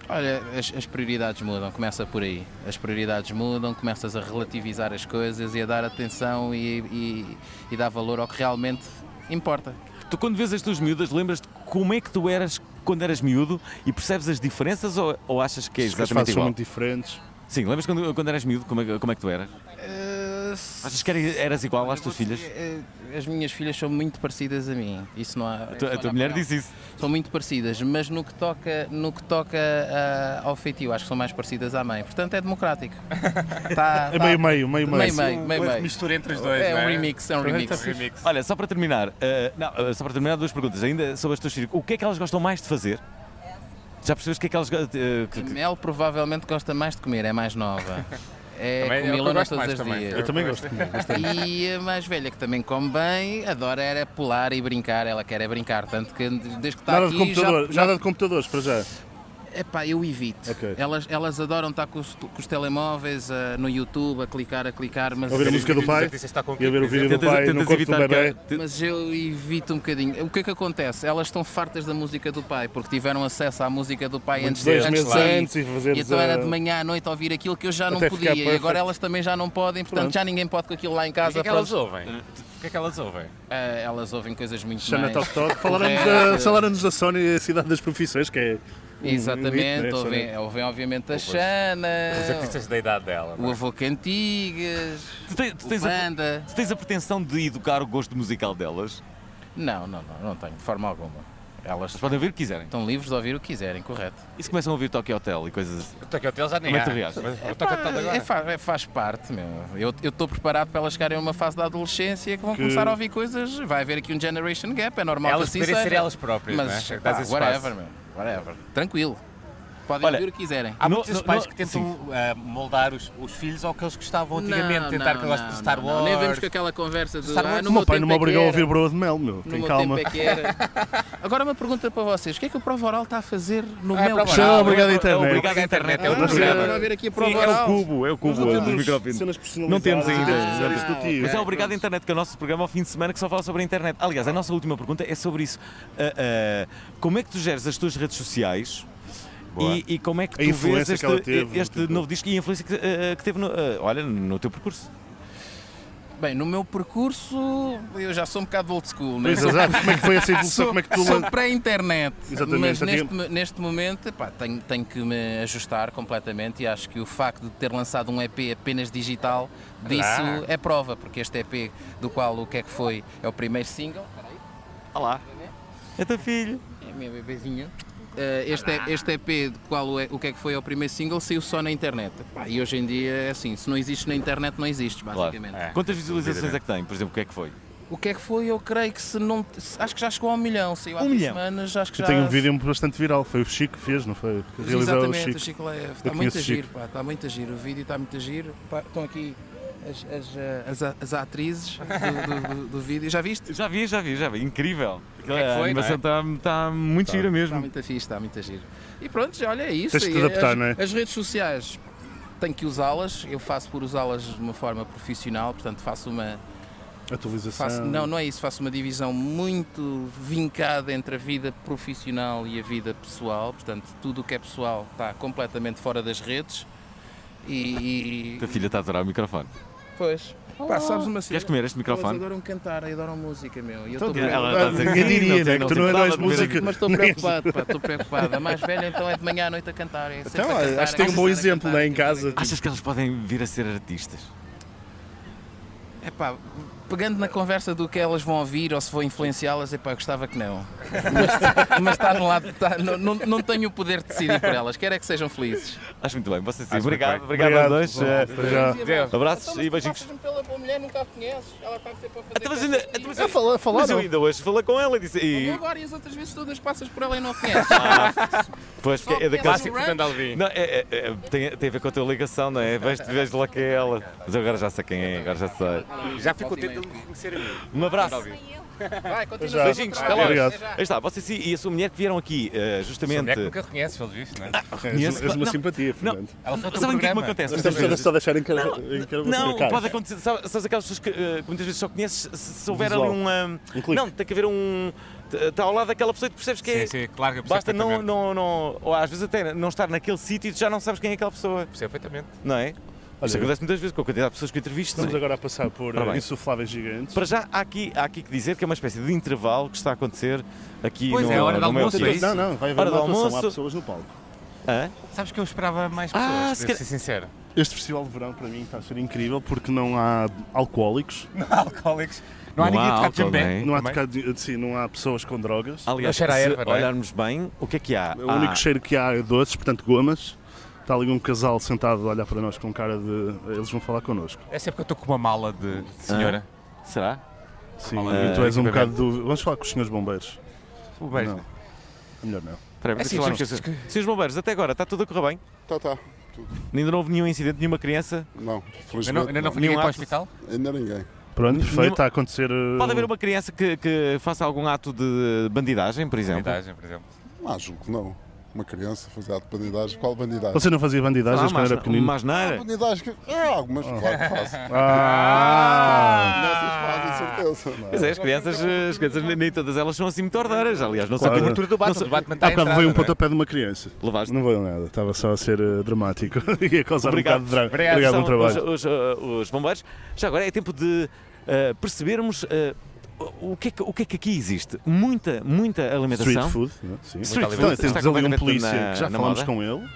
Speaker 11: Olha, as, as prioridades mudam, começa por aí. As prioridades mudam, começas a relativizar as coisas e a dar atenção e, e, e dar valor ao que realmente importa.
Speaker 1: Tu, quando vês as tuas miúdas, lembras-te como é que tu eras quando eras miúdo e percebes as diferenças ou, ou achas que é
Speaker 2: As
Speaker 1: exatamente
Speaker 2: fases são
Speaker 1: igual?
Speaker 2: muito diferentes.
Speaker 1: Sim, lembras quando, quando eras miúdo, como é, que- como é que tu eras?
Speaker 11: Eh,
Speaker 1: Achas que eras- eras igual às tuas filhas?
Speaker 11: As minhas filhas são muito parecidas a mim. Isso não há.
Speaker 1: A tua, a tua mulher disse isso.
Speaker 11: São muito parecidas, mas no que toca, no que toca ah, ao feitio, acho que são mais parecidas à mãe. Portanto, é democrático. Tá-
Speaker 2: É
Speaker 11: tá-
Speaker 2: meio-meio, meio-meio.
Speaker 11: meio, meio, meio, meio.
Speaker 3: Mistura entre os dois.
Speaker 11: É
Speaker 3: não
Speaker 11: um remix, é um remix.
Speaker 3: remix.
Speaker 1: Olha, só para terminar, eh, não, eh, só para terminar, duas perguntas ainda sobre as tuas filhas. O que é que elas gostam mais de fazer? Já percebes o que é que elas. go- eh,
Speaker 11: A
Speaker 1: que- que-
Speaker 11: Mel provavelmente gosta mais de comer, é mais nova. É
Speaker 3: Também é o que eu
Speaker 11: comilona
Speaker 3: gosto
Speaker 11: todos
Speaker 3: mais
Speaker 11: os
Speaker 3: também.
Speaker 11: dias.
Speaker 2: Eu também gosto.
Speaker 11: E a mais velha, que também come bem, adora era pular e brincar, ela quer é brincar, tanto que desde que está
Speaker 2: Nada de
Speaker 11: Tá aqui já,
Speaker 2: computador, já dá de computadores para já.
Speaker 11: Epá, eu evito. É
Speaker 2: Ok.
Speaker 11: Elas, elas adoram estar com os, com os telemóveis ah, no YouTube, a clicar, a clicar, mas,
Speaker 2: Ouvir a música do pai e a ver o vídeo do
Speaker 1: Tentas-
Speaker 2: pai no
Speaker 1: tentas
Speaker 2: corpo do
Speaker 1: evitar que
Speaker 2: bebê.
Speaker 1: a- te-
Speaker 11: mas eu evito um bocadinho. O que é que acontece? Elas estão fartas da música do pai, porque tiveram acesso à música do pai antes,
Speaker 2: dois
Speaker 11: antes
Speaker 2: meses
Speaker 11: de sair.
Speaker 2: antes e fazeres
Speaker 11: então era de
Speaker 2: a-
Speaker 11: manhã à noite ouvir aquilo que eu já não
Speaker 2: Até
Speaker 11: podia.
Speaker 2: ficar
Speaker 11: E
Speaker 2: perfect.
Speaker 11: agora elas também já não podem, portanto
Speaker 2: Pronto.
Speaker 11: já ninguém pode com aquilo lá em
Speaker 3: O que
Speaker 11: casa.
Speaker 3: é que elas
Speaker 11: pronto.
Speaker 1: Eh,
Speaker 3: ouvem? O que é que elas ouvem?
Speaker 11: Ah, elas ouvem coisas muito
Speaker 2: Xana
Speaker 11: mais... é-
Speaker 2: Toc Toc. Falaram-nos
Speaker 11: corretas.
Speaker 2: da, falaram-nos da Sony e a Cidade das Profissões, que é. um hit, né,
Speaker 11: Exatamente,
Speaker 2: Sony?
Speaker 11: ouvem, ouvem obviamente a Xana,
Speaker 3: Os artistas da idade dela.
Speaker 11: o Avô Cantigas,
Speaker 1: Tu, te- tu
Speaker 11: o
Speaker 1: tens a,
Speaker 11: Banda...
Speaker 1: tu tens a pretensão de educar o gosto musical delas?
Speaker 11: Não, não, não, não tenho, de forma alguma. Elas
Speaker 1: Elas podem ouvir o que quiserem.
Speaker 11: estão livres de ouvir o que quiserem, correto.
Speaker 1: E se começam a ouvir Tokyo Hotel e coisas assim?
Speaker 3: O Tokyo Hotel já nem
Speaker 1: Como é
Speaker 3: há.
Speaker 1: que tu reages?
Speaker 3: Mas O Tokyo Hotel
Speaker 11: É,
Speaker 3: agora.
Speaker 11: fa- é- faz parte, meu. Eu eu estou preparado para elas chegarem a uma fase da adolescência que vão
Speaker 2: Que-
Speaker 11: começar a ouvir coisas. Vai haver aqui um generation gap, é normal
Speaker 3: Elas
Speaker 11: que assim
Speaker 3: poderem
Speaker 11: seja.
Speaker 3: ser elas próprias,
Speaker 11: Mas,
Speaker 3: não é?
Speaker 11: pá,
Speaker 3: Dás esse
Speaker 11: whatever,
Speaker 3: espaço.
Speaker 11: meu. Whatever. Tranquilo. Podem
Speaker 1: Olha,
Speaker 11: ouvir o que quiserem.
Speaker 3: Há
Speaker 1: No-
Speaker 3: muitos
Speaker 1: no-
Speaker 3: pais
Speaker 1: no-
Speaker 3: que tentam ah, moldar os, os filhos ao que eles gostavam antigamente,
Speaker 11: Não,
Speaker 3: tentar
Speaker 11: não,
Speaker 3: que elas de
Speaker 11: não,
Speaker 3: Star
Speaker 11: não, não.
Speaker 3: Wars.
Speaker 11: Nem vemos com aquela conversa de.
Speaker 3: Star
Speaker 11: Ah,
Speaker 3: Wars.
Speaker 11: no
Speaker 2: O meu pai
Speaker 11: tempo
Speaker 2: não
Speaker 11: é
Speaker 2: me
Speaker 11: que
Speaker 2: obrigou a
Speaker 11: era.
Speaker 2: ouvir Broa de Mel, meu.
Speaker 11: No
Speaker 2: Tem
Speaker 11: meu
Speaker 2: calma.
Speaker 11: tempo é que era. Agora uma pergunta para vocês: o que é que o prova oral está a fazer no
Speaker 3: Ah, é
Speaker 11: meu
Speaker 3: prova
Speaker 2: Xana,
Speaker 3: Não,
Speaker 2: obrigado,
Speaker 1: é- é
Speaker 2: internet.
Speaker 1: Obrigado à internet.
Speaker 3: É
Speaker 11: Ah,
Speaker 2: Não sei.
Speaker 11: agora haver aqui a prova
Speaker 1: Sim, é o
Speaker 11: oral.
Speaker 1: cubo, é o
Speaker 2: Nós
Speaker 1: cubo.
Speaker 2: não
Speaker 1: é o
Speaker 2: temos
Speaker 1: microfone.
Speaker 2: cenas
Speaker 1: Não temos
Speaker 2: personalizadas,
Speaker 1: ainda.
Speaker 2: temos cenas do tio.
Speaker 1: Mas é obrigado à internet, que é o nosso programa ao fim de semana que só fala sobre a internet. Aliás, a nossa última pergunta é sobre isso. Ah, ah, como é que tu geres as tuas redes sociais
Speaker 3: Boa.
Speaker 1: e, e como é que
Speaker 2: A
Speaker 1: tu vês
Speaker 2: influência que
Speaker 1: este,
Speaker 2: ela teve,
Speaker 1: este
Speaker 2: tipo-
Speaker 1: novo disco e a influência que, ah, que teve no, ah, olha, no teu percurso?
Speaker 11: Bem, no meu percurso, eu já sou um bocado old school, né?
Speaker 2: Pois, exato. Como é que foi essa evolução? Como é que tu
Speaker 11: sou
Speaker 2: lan-
Speaker 11: pré-internet,
Speaker 2: Exatamente,
Speaker 11: mas neste,
Speaker 2: antiga-
Speaker 11: mo- neste momento pá, tenho, tenho que me ajustar completamente e acho que o facto de ter lançado um EP apenas digital
Speaker 2: Ah.
Speaker 11: disso é prova, porque este EP do qual o que é que foi é o primeiro single, peraí,
Speaker 1: Olá. É teu filho.
Speaker 11: É meu bebezinho. Eh, este, é- este EP, de qual é, o que é que foi o primeiro single, saiu só na internet. Pá, E hoje em dia é assim, se não existe na internet, não existe, basicamente.
Speaker 1: Quantas visualizações é que tem? Por exemplo, o que é que foi?
Speaker 11: O que é que foi? Eu creio que se não. se- Acho que já chegou a um milhão, saiu há
Speaker 1: Um
Speaker 11: duas
Speaker 1: milhão.
Speaker 11: semanas, acho que já.
Speaker 2: Eu tenho um vídeo bastante viral, foi o Chico que fez, não foi? Que realizou o
Speaker 11: Exatamente,
Speaker 2: Chico.
Speaker 11: o Chico Leif.
Speaker 2: Eu
Speaker 11: Está
Speaker 2: conheço
Speaker 11: muito
Speaker 2: o
Speaker 11: a
Speaker 2: Chico.
Speaker 11: giro, pá, está muito a giro. O vídeo está muito a giro. Pá, estão aqui as, as, eh, as, a- as atrizes do, do- do- do vídeo. Já viste?
Speaker 1: Já vi, já vi, já vi. Incrível.
Speaker 11: que
Speaker 1: a
Speaker 11: foi,
Speaker 1: animação está muito
Speaker 2: Tá.
Speaker 1: gira mesmo.
Speaker 11: Está muito a fixe, está muito a giro. E pronto, já olha é isso.
Speaker 2: Tens de te
Speaker 11: E
Speaker 2: adaptar,
Speaker 11: as,
Speaker 2: não é?
Speaker 11: As redes sociais, tenho que usá-las. Eu faço por usá-las de uma forma profissional, portanto faço uma,
Speaker 2: Atualização.
Speaker 11: Faço- não, não é isso. Faço uma divisão muito vincada entre a vida profissional e a vida pessoal. Portanto, tudo o que é pessoal está completamente fora das redes. E. e-
Speaker 1: Tua filha está a adorar o microfone.
Speaker 11: Pois. Pá, sabes uma cena?
Speaker 1: Queres comer este microfone?
Speaker 11: Eles adoram cantar e adoram música, meu. E eu
Speaker 2: Então,
Speaker 11: estou
Speaker 1: ela
Speaker 11: preocupado.
Speaker 1: está a dizer que
Speaker 2: Ninguém
Speaker 1: sim,
Speaker 2: diria,
Speaker 1: não sei,
Speaker 2: né?
Speaker 1: não
Speaker 2: Que tu
Speaker 1: sei,
Speaker 2: não
Speaker 1: estava
Speaker 2: és
Speaker 1: a primeira
Speaker 2: música.
Speaker 1: vez.
Speaker 11: Mas estou
Speaker 2: Ninguém-
Speaker 11: preocupado, pá, estou preocupado. A mais velha então é de manhã à noite a cantar. É sempre
Speaker 2: Então,
Speaker 11: a cantar,
Speaker 2: acho que tem um bom
Speaker 11: a cantar, a
Speaker 2: exemplo,
Speaker 11: cantar,
Speaker 2: né? Em
Speaker 11: a cantar.
Speaker 2: casa.
Speaker 1: Achas que elas podem vir a ser artistas?
Speaker 11: É pá, pegando na conversa do que elas vão ouvir ou se vou influenciá-las, é pá, gostava que não. Mas, mas está no lado, está- não, não, não tenho o poder de decidir por elas, quero é que sejam felizes.
Speaker 1: Acho muito bem, vocês sim.
Speaker 2: Acho
Speaker 1: Obrigado,
Speaker 2: muito bem.
Speaker 1: obrigado, aos dois.
Speaker 2: Obrigado.
Speaker 1: Eh,
Speaker 2: Já.
Speaker 11: Então,
Speaker 1: Abraços e beijinhos.
Speaker 11: pela boa mulher, nunca a conheces, ela está sempre a fazer.
Speaker 1: Então, mas ainda- então,
Speaker 2: É,
Speaker 1: mas eu-
Speaker 11: falou,
Speaker 1: Mas eu ainda hoje falei com ela e disse. e-
Speaker 2: Uhum.
Speaker 11: Agora e as outras vezes todas passas por ela e não a conheces.
Speaker 1: Ah, Pois, porque é da
Speaker 11: Clássico
Speaker 1: classe-
Speaker 11: Fernando
Speaker 1: Não, é- é- é- tem, tem a ver com a tua ligação, não é? Veste, veste lá que é ela. Mas eu agora já sei quem é, agora já sei.
Speaker 3: Já fico
Speaker 11: é
Speaker 3: contente de me conhecer a mim.
Speaker 1: Um abraço.
Speaker 11: Vai, continua.
Speaker 2: Já.
Speaker 1: Beijinhos, até logo.
Speaker 2: Obrigado.
Speaker 1: Aí está, vocês e, e a sua mulher que vieram aqui, eh,
Speaker 3: Onde é
Speaker 1: justamente.
Speaker 3: que nunca reconheces, pelo visto, não é?
Speaker 2: És, és uma
Speaker 1: Não.
Speaker 2: simpatia,
Speaker 1: Não,
Speaker 2: Fernando.
Speaker 3: Ela foi ao teu
Speaker 1: sabem o que é que me
Speaker 3: programa.
Speaker 1: acontece?
Speaker 2: Nós estamos a só deixar em cara. em cara-
Speaker 1: Não,
Speaker 2: cara.
Speaker 1: pode acontecer. Sabe- Sabes aquelas pessoas que, eh, que muitas vezes só conheces se, se houver ali
Speaker 2: Visual.
Speaker 1: um. ah,
Speaker 2: Um clique.
Speaker 1: não, tem que haver um. Está ao lado daquela pessoa e tu percebes que é.
Speaker 3: Sim, sim, claro que eu percebo
Speaker 1: Basta não,
Speaker 3: perfeitamente.
Speaker 1: não, não. Ou às vezes até não estar naquele sítio e tu já não sabes quem é aquela pessoa,
Speaker 3: Percebo perfeitamente.
Speaker 1: não é? Isto acontece muitas vezes com a quantidade de pessoas que entrevisto. não é?
Speaker 2: Estamos agora a passar por eh,
Speaker 1: Ora bem.
Speaker 2: insufláveis gigantes.
Speaker 1: Para já, há aqui, há aqui que dizer que é uma espécie de intervalo que está a acontecer aqui
Speaker 3: Pois
Speaker 1: no
Speaker 3: é, a hora do
Speaker 1: no meu
Speaker 3: almoço,
Speaker 1: tio.
Speaker 3: é isso?
Speaker 2: Não, não, vai haver
Speaker 1: Hora
Speaker 2: uma
Speaker 1: do
Speaker 2: atuação, há
Speaker 1: almoço.
Speaker 2: pessoas no palco.
Speaker 1: Hã?
Speaker 3: Sabes que eu esperava mais
Speaker 1: Ah,
Speaker 3: pessoas, para
Speaker 1: se
Speaker 3: ser
Speaker 1: calhar-
Speaker 3: sincero.
Speaker 2: Este festival de verão para mim está a ser incrível porque não há alcoólicos,
Speaker 3: Alcoólicos. Não há ninguém a tocar
Speaker 1: álcool, não
Speaker 3: jambé.
Speaker 1: é?
Speaker 2: não há,
Speaker 3: Também.
Speaker 2: tocado, sim, não há pessoas com drogas.
Speaker 1: Aliás,
Speaker 3: Não cheira a
Speaker 1: se
Speaker 3: erva, não é?
Speaker 1: olharmos bem, o que é que há?
Speaker 2: O único
Speaker 1: Há-
Speaker 2: cheiro que há é doces, portanto gomas. Está ali um casal sentado a olhar para nós com cara de. Eles vão falar connosco.
Speaker 3: É sempre que eu estou com uma mala de de senhora.
Speaker 11: Ah,
Speaker 1: Será?
Speaker 2: Sim,
Speaker 3: Olá,
Speaker 2: e tu és um
Speaker 3: equipamento.
Speaker 2: bocado do. Vamos falar com os senhores bombeiros.
Speaker 3: O beijo.
Speaker 2: Não. É Melhor não.
Speaker 1: Espera,
Speaker 3: É sim,
Speaker 1: falarmos
Speaker 3: temos
Speaker 1: com esses- Senhores bombeiros, até agora está tudo a correr bem?
Speaker 12: Tá, tá.
Speaker 1: Ainda não houve nenhum incidente, nenhuma criança?
Speaker 12: Não,
Speaker 3: Ainda não-
Speaker 12: felizmente.
Speaker 3: Ainda
Speaker 12: Ainda
Speaker 3: não foi ninguém
Speaker 1: Nenhum
Speaker 3: para o
Speaker 1: ato-
Speaker 3: hospital?
Speaker 12: não, ninguém.
Speaker 2: Pronto, perfeito, está a acontecer. eh,
Speaker 1: Pode
Speaker 13: um
Speaker 1: haver uma criança que, que faça algum ato de bandidagem, por exemplo?
Speaker 3: Bandidagem, por exemplo.
Speaker 12: Ah, julgo que não. Uma criança fazia de bandidagem. Qual bandidagem?
Speaker 2: Você não fazia bandidagens quando era pequenino?
Speaker 1: mas
Speaker 12: Ah,
Speaker 1: nada.
Speaker 12: bandidagem. que- Ah, algumas, claro que faço.
Speaker 2: Ah!
Speaker 12: Nessas fazem, certeza. não é?
Speaker 1: Pois é, as crianças, as crianças nem- nem todas elas são assim muito ordeiras. Aliás, não
Speaker 2: Claro.
Speaker 1: sei como
Speaker 3: Tortura do Batman. O Batman
Speaker 1: tá
Speaker 3: está
Speaker 2: Há bocado
Speaker 3: à entrada,
Speaker 2: veio um
Speaker 3: não é?
Speaker 2: pontapé de uma criança.
Speaker 1: levaste.
Speaker 2: Não veio nada, estava só a ser eh, dramático e a causar
Speaker 1: Obrigado.
Speaker 2: um bocado de drama.
Speaker 3: Obrigado,
Speaker 2: Obrigado
Speaker 1: São
Speaker 2: pelo trabalho.
Speaker 1: Os, os, uh, os bombeiros. Já agora é tempo de uh, percebermos uh, o, que é que, o que é que aqui existe. Muita, muita
Speaker 2: Street
Speaker 1: alimentação.
Speaker 2: food, não é? sim.
Speaker 1: Street
Speaker 2: Então,
Speaker 1: food,
Speaker 2: temos
Speaker 1: está
Speaker 2: ali um
Speaker 1: completamente
Speaker 2: polícia
Speaker 1: na-
Speaker 2: que já
Speaker 1: na
Speaker 2: falámos
Speaker 1: moda.
Speaker 2: com ele.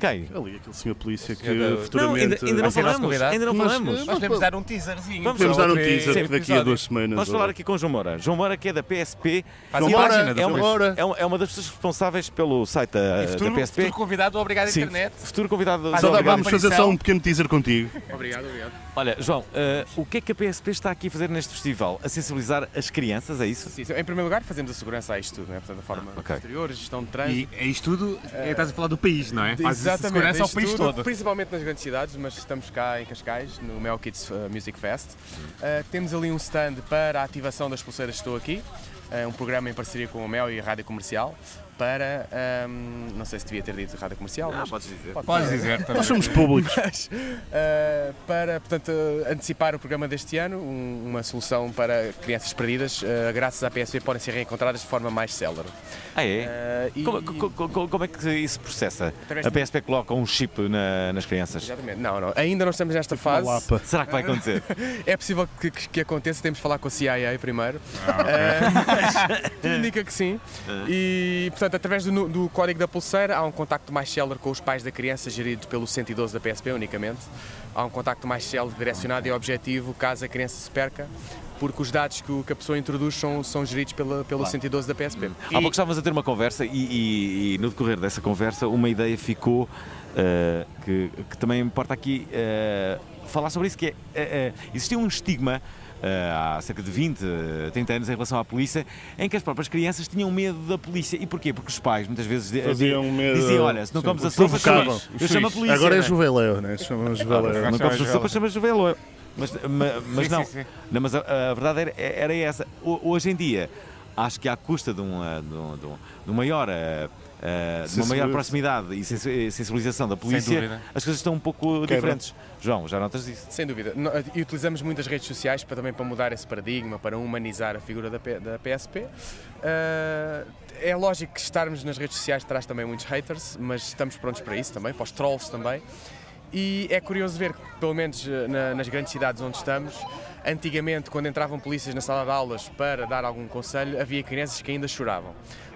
Speaker 1: Quem?
Speaker 2: Ali, aquele senhor polícia que
Speaker 3: Senhor da-
Speaker 1: Não, ainda,
Speaker 2: futuramente.
Speaker 1: ainda não
Speaker 3: ser nosso
Speaker 1: falamos.
Speaker 3: convidado?
Speaker 1: Ainda não
Speaker 2: Mas-
Speaker 1: falamos.
Speaker 2: mas-
Speaker 3: Nós podemos dar um teaserzinho.
Speaker 1: Vamos
Speaker 2: Podemos
Speaker 1: dar
Speaker 2: dar
Speaker 1: um
Speaker 2: um
Speaker 1: Outro
Speaker 2: teaser
Speaker 1: episódio.
Speaker 2: daqui a duas semanas.
Speaker 1: Vamos falar aqui com o João Moura. João Moura, que é da PSP,
Speaker 3: Faz a
Speaker 1: João Moura
Speaker 3: página do
Speaker 1: é uma,
Speaker 2: Moura.
Speaker 1: é uma- é uma das pessoas responsáveis pelo site da,
Speaker 3: Eh, Futuro,
Speaker 1: da PSP.
Speaker 3: futuro convidado, obrigado à
Speaker 1: Sim,
Speaker 3: internet.
Speaker 1: futuro convidado.
Speaker 3: Faz
Speaker 1: João,
Speaker 2: Só dá-
Speaker 3: Obrigado.
Speaker 1: obrigado.
Speaker 2: vamos fazer só
Speaker 3: Aparição.
Speaker 2: um pequeno teaser contigo.
Speaker 3: Obrigado, obrigado.
Speaker 1: Olha, João, eh, o que é que a PSP está aqui a fazer neste festival? A sensibilizar as crianças, é isso? Ah,
Speaker 14: Sim, sim. em primeiro lugar, fazemos a segurança a isto tudo, não é? Portanto, a forma
Speaker 1: ok.
Speaker 14: exterior, gestão de
Speaker 3: E
Speaker 14: um trânsito.
Speaker 3: é isto tudo, é, estás a falar do país, não é? Fazes a
Speaker 14: Exatamente,
Speaker 3: segurança ao
Speaker 14: isto
Speaker 3: país
Speaker 14: tudo,
Speaker 3: todo.
Speaker 14: Principalmente nas grandes cidades, mas estamos cá em Cascais, no Mel Kids uh, Music Fest. Uh, temos ali um stand para a ativação das pulseiras Estou Aqui, uh, um programa em parceria com a Mel e a Rádio Comercial para, um, não sei se devia ter dito Rádio Comercial, mas
Speaker 1: Ah, podes dizer.
Speaker 3: Podes dizer também.
Speaker 2: Nós somos públicos.
Speaker 14: mas, uh, para portanto, uh, antecipar o programa deste ano, um- uma solução para crianças perdidas, uh, graças à PSP, podem ser reencontradas de forma mais célere.
Speaker 1: Ah, é?
Speaker 14: Uh, e-
Speaker 1: Como, co- co- co- como é que isso se processa?
Speaker 14: Através
Speaker 1: A
Speaker 14: de-
Speaker 1: PSP coloca um chip na- nas crianças.
Speaker 14: Exatamente. Não, não. Ainda não estamos nesta fase.
Speaker 2: Lapa.
Speaker 1: Será que vai acontecer?
Speaker 14: É possível que, que- que aconteça, temos de falar com a CIA primeiro. Eh, mas tudo indica que sim.
Speaker 1: Ah.
Speaker 14: E, portanto, através do, nu- do código da pulseira há um contacto mais célere com os pais da criança, gerido pelo 112 da PSP unicamente. Há um contacto mais célere, direcionado e objetivo, caso a criança se perca. porque os dados que, o- que a pessoa introduz são, são geridos pela, pelo 112 da PSP.
Speaker 1: Há pouco estávamos a ter uma conversa e, e- e no decorrer dessa conversa uma ideia ficou eh, que, que também importa aqui eh, falar sobre isso, que é, eh, eh, existia um estigma eh, há cerca de 20, eh, 30 anos em relação à polícia, em que as próprias crianças tinham medo da polícia. E porquê? Porque os pais muitas vezes de-
Speaker 2: Faziam um medo.
Speaker 1: diziam, olha, se não comes
Speaker 2: Sim,
Speaker 1: a sopa,
Speaker 2: provocavam.
Speaker 1: chamas- eu chamo a polícia.
Speaker 2: Agora é
Speaker 1: não
Speaker 2: juveleu, né? Chamam juveleu.
Speaker 1: não compras sopa, chamas juveleu. Mas, eh, ma- mas
Speaker 2: Sim,
Speaker 1: não.
Speaker 2: sim, sim.
Speaker 1: não, mas a, a verdade era, era essa. Ho- Hoje em dia, acho que à custa de, um, eh, de, um- de um- de um maior, eh, eh, de uma maior
Speaker 13: Sensibilização.
Speaker 1: proximidade e sensi- eh, sensibilização da
Speaker 14: Sem
Speaker 1: polícia,
Speaker 14: dúvida.
Speaker 1: as coisas estão um pouco
Speaker 14: Quebra.
Speaker 1: diferentes. João, já notas isso?
Speaker 14: Sem dúvida. No- E utilizamos muitas redes sociais para, também para mudar esse paradigma, para humanizar a figura da, P- da PSP. Ah, é lógico que estarmos nas redes sociais traz também muitos haters, mas estamos prontos para isso também, para os trolls também. E é curioso ver que, pelo menos eh, na- nas grandes cidades onde estamos, antigamente, quando entravam polícias na sala de aulas para dar algum conselho, havia crianças que ainda choravam.